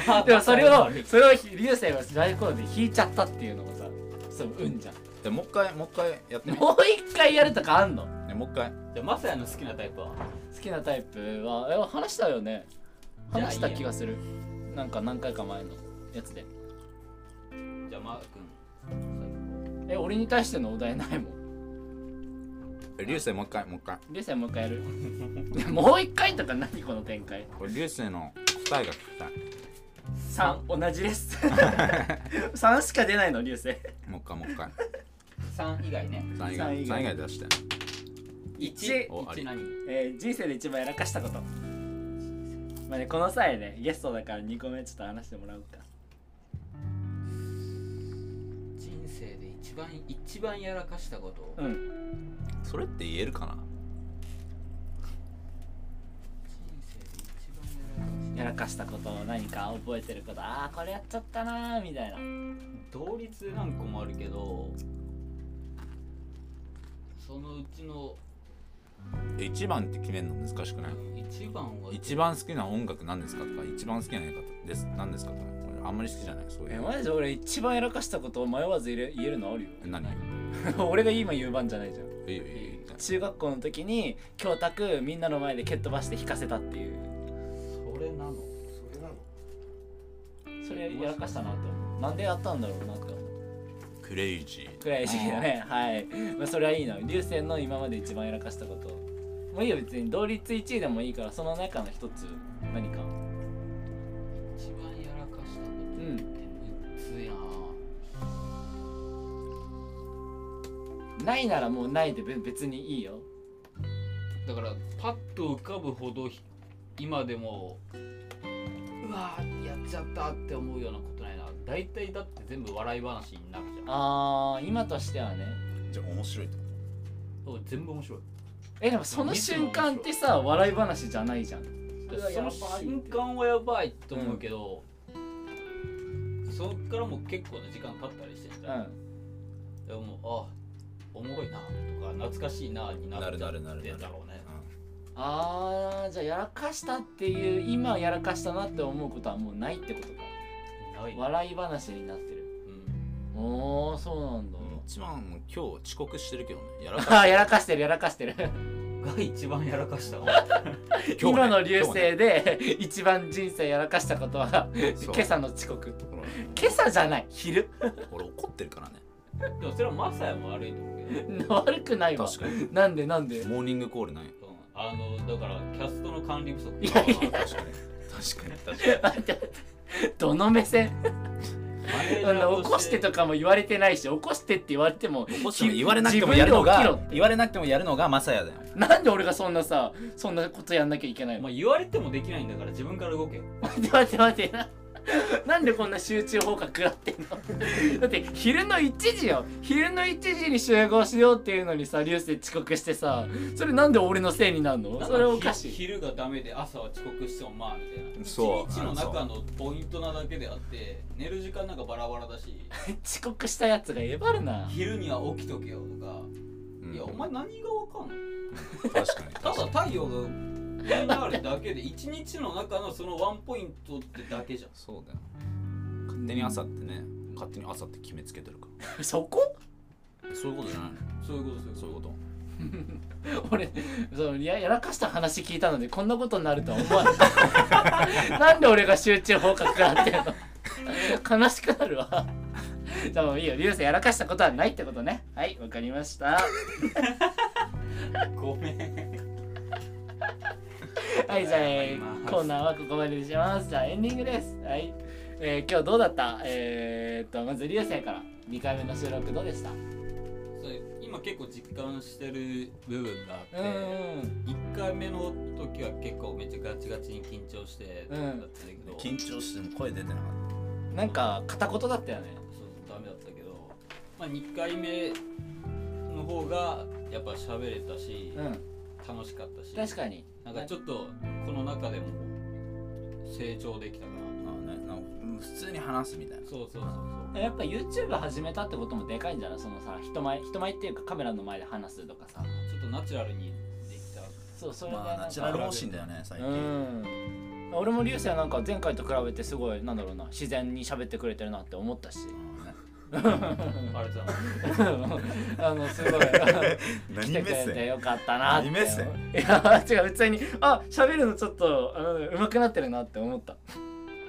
まあ
でもそ
(laughs)
れをそれを流星がライフコードで引いちゃったっていうのもさそう運じゃん
でもう一回もう一回やってみ
もう一回やるとかあんの
ねもう一回
じゃあマサヤの好きなタイプは
好きなタイプはえ話したよね
じゃあ
話した気がするなんか何回か前のやつで
じゃあマー君
え俺に対してのお題ないもん
え流星もう一回もう一回
流星もう一回やる (laughs) もう一回とか何この展開
これ流星の答えが聞きたい
3同じです3しか出ないの流星
もう一回もう一回
3以外ね
3以
三
外
以外
三以外出して
一
おあり
1何
えー人生で一番やらかしたことまあねこの際ねゲストだから2個目ちょっと話してもらおうか
人生で一番一番やらかしたこと、
う
人
ん
それって言えるかな
生で一番やらかし
や
た
らかしたことを何か覚えてることああこれやっちゃったなーみたいな
同率で何個もあるけどそのうちの
一番って決めるの難しくない
一番は
一番好きな音楽何ですかとか一番好きな映画です何ですかとか俺あんまり好きじゃないそうい
え
う
マジで俺一番やらかしたことを迷わず言え言えるのあるよ (laughs)
え何
俺が今言う番じゃないじゃん
いいよいいよいいよ
中学校の時に教託みんなの前で蹴っ飛ばして引かせたっていう
それなの
それなの
それやらかしたなと思うなんでやったんだろうなって思う
クレイジー
くらい時期だねはい、まあ、それはいいの流星の今まで一番やらかしたこともういいよ別に同率1位でもいいからその中の一つ何か
一番やらかしたこ
う
と
ん
って6つやん
ないならもうないでべ別にいいよ
だからパッと浮かぶほどひ今でもうわーやっちゃったって思うようなことないな大体だって全部笑い話になるじゃん
あー今としてはね
じゃあ面白いってこ
そう全部面白い
えでもその瞬間ってさ笑い話じゃないじゃん
だからその瞬間はやばいと思うけど、そっからもう結構な時間経ったりしてんじゃん、
う
でももうあおもろいなとか懐かしいなになっちゃってんだ
なるなるなるなる
ろうね
あーじゃあやらかしたっていう今やらかしたなって思うことはもうないってことか
ない、
笑い話になってる
うん、
おーそうなんだ (laughs)
と一番今日遅刻してるけどねやらかし
ああやらかしてるやらかしてる
が一番やらかしたわ
今日ね
今の流星で一番人生やらかしたことは
そう
今朝の遅刻
ほら
今朝じゃない昼
俺怒ってるからね
でもそれはマサヤも悪いと思うけど
悪くないわ
確かに
なんでなんで
モーニングコールない
うんあのだからキャストの管理不足
いやい
確かに確かに確かに
待って待ってどの目線
マネージャ
あの
ー
起こしてとかも言われてないし起こしてって言われても
起こしても言われなくてもやるの
自分で起
が
きろって
言われなくてもやるのがマサヤだよ
なんで俺がそんなさそんなことやんなきゃいけないの
まあ、言われてもできないんだから自分から動けよ
待って待って待ってななんでこんな集中放火食らってん
(laughs)
のだって昼の1時よ昼の1時に集合しようっていうのにさ流星遅刻してさそれなんで俺のせいになるのそれおかし
ひ
い
昼がダメで朝は遅刻してもまあみたいな
そう
一日の中のポイントなだけであって寝る時間なんかバラバラだし
遅刻したやつがえばるな
昼には起きとけよとか、いやお前何がわかんの
確かに
た
確か
だ
に
太陽が上にあるだけで一日の中のそのワンポイントってだけじゃん
そうだよ勝手に朝ってね勝手に朝って決めつけてるか
そこ
らそういうことじゃないの
そういうこと
そ
そう
い
ういうう
こ
こと
俺そのややらかした話聞いたのでこんなことになるとは思わなかった (laughs) なんで俺が集中放火食らってんの悲しくなる (laughs) わじゃあもういいよ流星やらかしたことはないってことねはいわかりました
とごめん
はい、じゃあ、
謝
え
りま
ー
す
コーナーはここまでにします。じゃあ、エンディングです。はい。えー今日どうだったえー、っと、まず、流星から。2回目の収録どうでした
それ今結構実感してる部分があって、
ん。
1回目の時は結構めっちゃガチガチに緊張して
う
だ
ん
ったんだけど、
緊張しても声出てなかっ
なんか、片言だったよね。
そうダメだったけど、まあ、2回目の方がやっぱ喋れたし、
うん。
楽しかったし
確かに。
なんかちょっとこの中でも成長できたかな
たあねなんかうん普通に話すみたいな
そうそうそうそう
やっぱ YouTube 始めたってこともでかいんじゃないそのさ、人前、人前っていうかカメラの前で話すとかさ。
ちょっとナチュラルにできた
そう、それで
まあナチュラル方針だよね最
う
近
ん。俺も流星はなんか前回と比べてすごいなんだろうな自然に喋ってくれてるなって
(laughs)
思ったし
あれじゃない
あのすご
(laughs)
い来てくれてよかったなって
何目線
いや違う普通にあ喋るのちょっとあの上手くなってるなって思った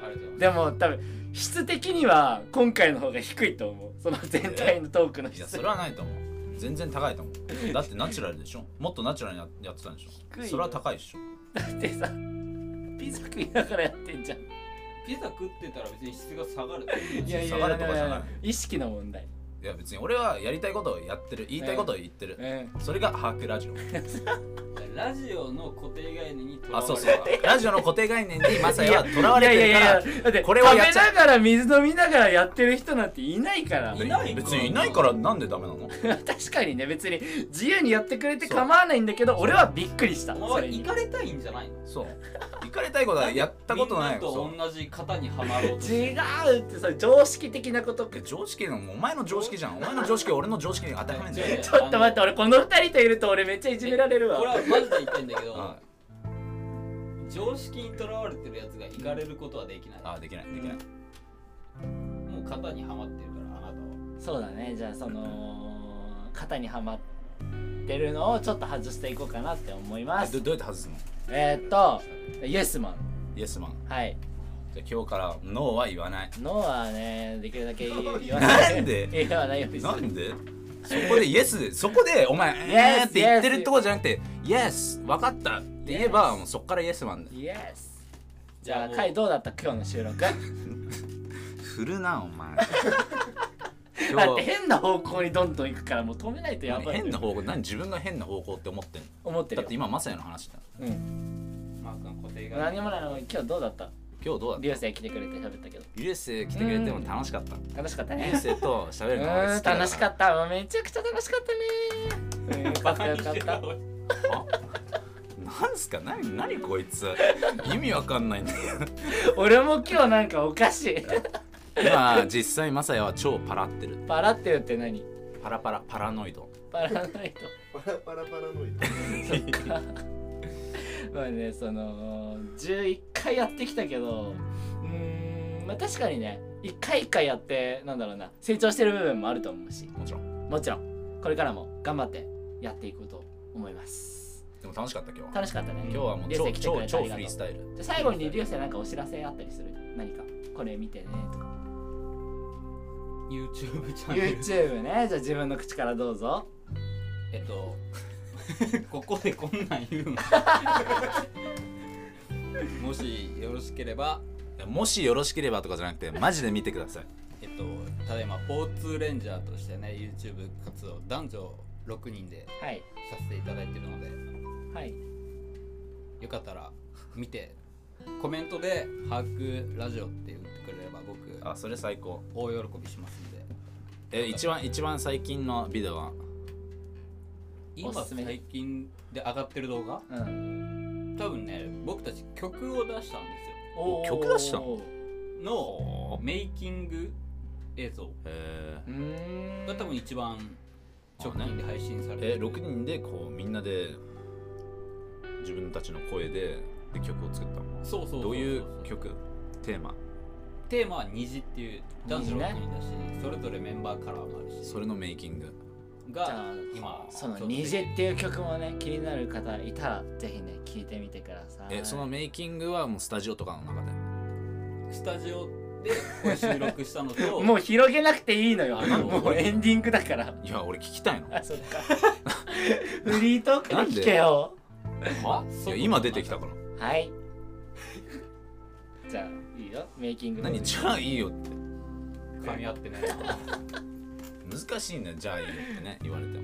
あれじゃない
でも多分質的には今回の方が低いと思うその全体のトークの
いや
質
それはないと思う全然高いと思うだってナチュラルでしょもっとナチュラルにややってたんでし
低い
ょ
よ
それは高いでしょ
だってさピザ食いながらやってんじゃん
ピザ食ってたら別に質が下がる
いやいやい
下がる
やい
とかじゃ
や
ない
意識の問題
いや別に俺はやりたいことをやってる言いたいことを言ってる、
うん
それがハークラジオ
ラジオの固定概念にとら
あ
われ
そう (laughs) そうラジオの固定概念にマサヤはとらわ
い
れ
やいや
て
い
るから
やだって
こ
こ
れ
れ
は
は
やっ
食
ち
べ
ゃ
ながら水飲みながらやってる人なんていないから
いない
別にいないからなんでダメなの
確かにね別に自由にやってくれて構わないんだけど俺はびっくりした
お前
そ
は
れ
行
に
かれたいんじゃないの
そう行かれたいことはやったことない
みん
そ
なと同じ型にはまろうとして
違うってさ常識的なこと
うで常識のお前の常識 (laughs) じゃんお前の常識は俺の常識に当てはめんじゃん
違う違う
ちょっと待って俺この二人といると俺めっちゃいじめられる
これ
わ
はマジで言ってんだけど、
あ
常識にとらわれてるやつが行かれることはできない
あできないできない
もう型にはまってるからあなたは
そうだねじゃあその肩にはまってるのをちょっと外していこうかなって思い
え
ま
ど
す
どうやって外すの
えー、っとイエスマン
イエスマン
はい
じゃあ今日からノーは言わない
ノーはねできるだけ言わない
なんで
(laughs) 言わないようにす
な
る
んでそこでイエスでそこでお前「えー」って言ってるとこじゃなくて「イエス分かった」って言えば
Yes
もうそっからイエスマンだよ
イエスじゃあ
もう
カイどうだった今日の収録
振るなお前今
だって
日
変な方向にどんどん行くからもう止めないとやばい
変な方向何自分が変な方向って思ってんの
思って
だっ
るよ
て今まさやの話だ
うん
マークの固定概
何
念
もないの今日どうだった
今日どうだった
流星来てくれて喋ったけど
流星来てくれても楽しかった
楽しかった
流
ね
星と喋
う
るの俺
ー
好
ん
きだら
楽しかったもうめちゃくちゃ楽しか (laughs) ったねうんよかったよかった
(laughs) なんすか何何こいつ意味わかんないんだよ
俺も今日なんかおかしい
今実際まさやは超パラってる
パラってるって何
パラパラパラノ
(laughs)
イド
パラないと
パラパラパラノイ
そっかまあねその11回やってきたけどうーんまあ確かにね一回一回やってなんだろうな成長してる部分もあると思うし
もちろん
もちろんこれからも頑張ってやっていこうと思います
でも楽しかった今日は
楽しかったね
今日はもう
流
超
星来てく
超
れてあ
超
り
フ
がと
リース
う
タイル
じゃあ最後に流星なんかお知らせあったりする何かこれ
(laughs)
見てねとか
YouTube チャンネル
YouTube ねじゃあ自分の口からどうぞ
えっと (laughs) ここでこんなん言う
(laughs)
のもしよろしければ
もしよろしければとかじゃなくてマジで見てください
えっとただいま交通レンジャーとしてね YouTube 活動男女6人で
はい
させていただいてるので
はい
よかったら見てコメントで「ハークラジオ」って言ってくれれば僕
あそれ最高
大喜びしますんで
え一番一番最近のビデオは
今
おすすめ
最近で上がってる動画
うん
多分ね僕たち曲を出したんです
お曲出したの
おー
よのメイキング映像
え
うーん
が多分一番直近で配信されて
ー、え
る
6人でこうみんなで自分たちの声でで曲を作ったの
そうそうそうそう
どういう曲テーマ
テーマは「虹」っていう男女
虹ね
6人だし、それぞれメンバーカラーもあるし
それのメイキング
じゃ
が
あ
今
その「
ちょっと
虹」っていう曲もね気になる方いたらぜひね聞いてみてください
えそのメイキングはもうスタジオとかの中で
スタジオでこれ収録したの
(laughs)
と
もう広げなくていいのよ
あの
もうエンディングだから
いや俺聞きたいの
あそっかフリートークで聞けよ
いや今出てきたから
はいじゃあいいよメイキングの
何じゃあいいよって
噛み合ってね
難しいねじゃあいいよってね言われても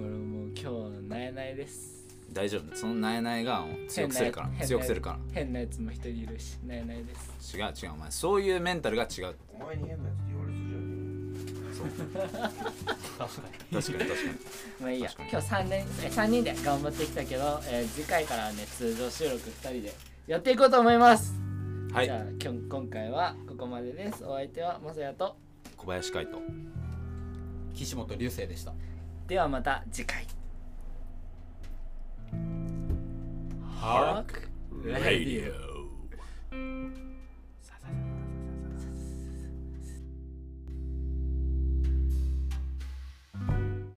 俺もう今日なえないです
大丈夫そのなえないがもう強くするか
変
ら
なやつ
強くするか
変なやつも一人いるしなえないです
ら違う違うお前そういうメンタルが違う
お前に変なやつって言われそうじゃん。
確か
確 (laughs) かに確かに
まあいいや
確かに
今日3年え3人で頑張ってきたけど、えー次回からはね通常収録2人でやっていこうと思います
はい
じゃあ今日今回はここまでですお相手はまさやと
小林海斗
に (laughs) 岸本流星でした
ではまた次回
ハ
ーク
ラディオ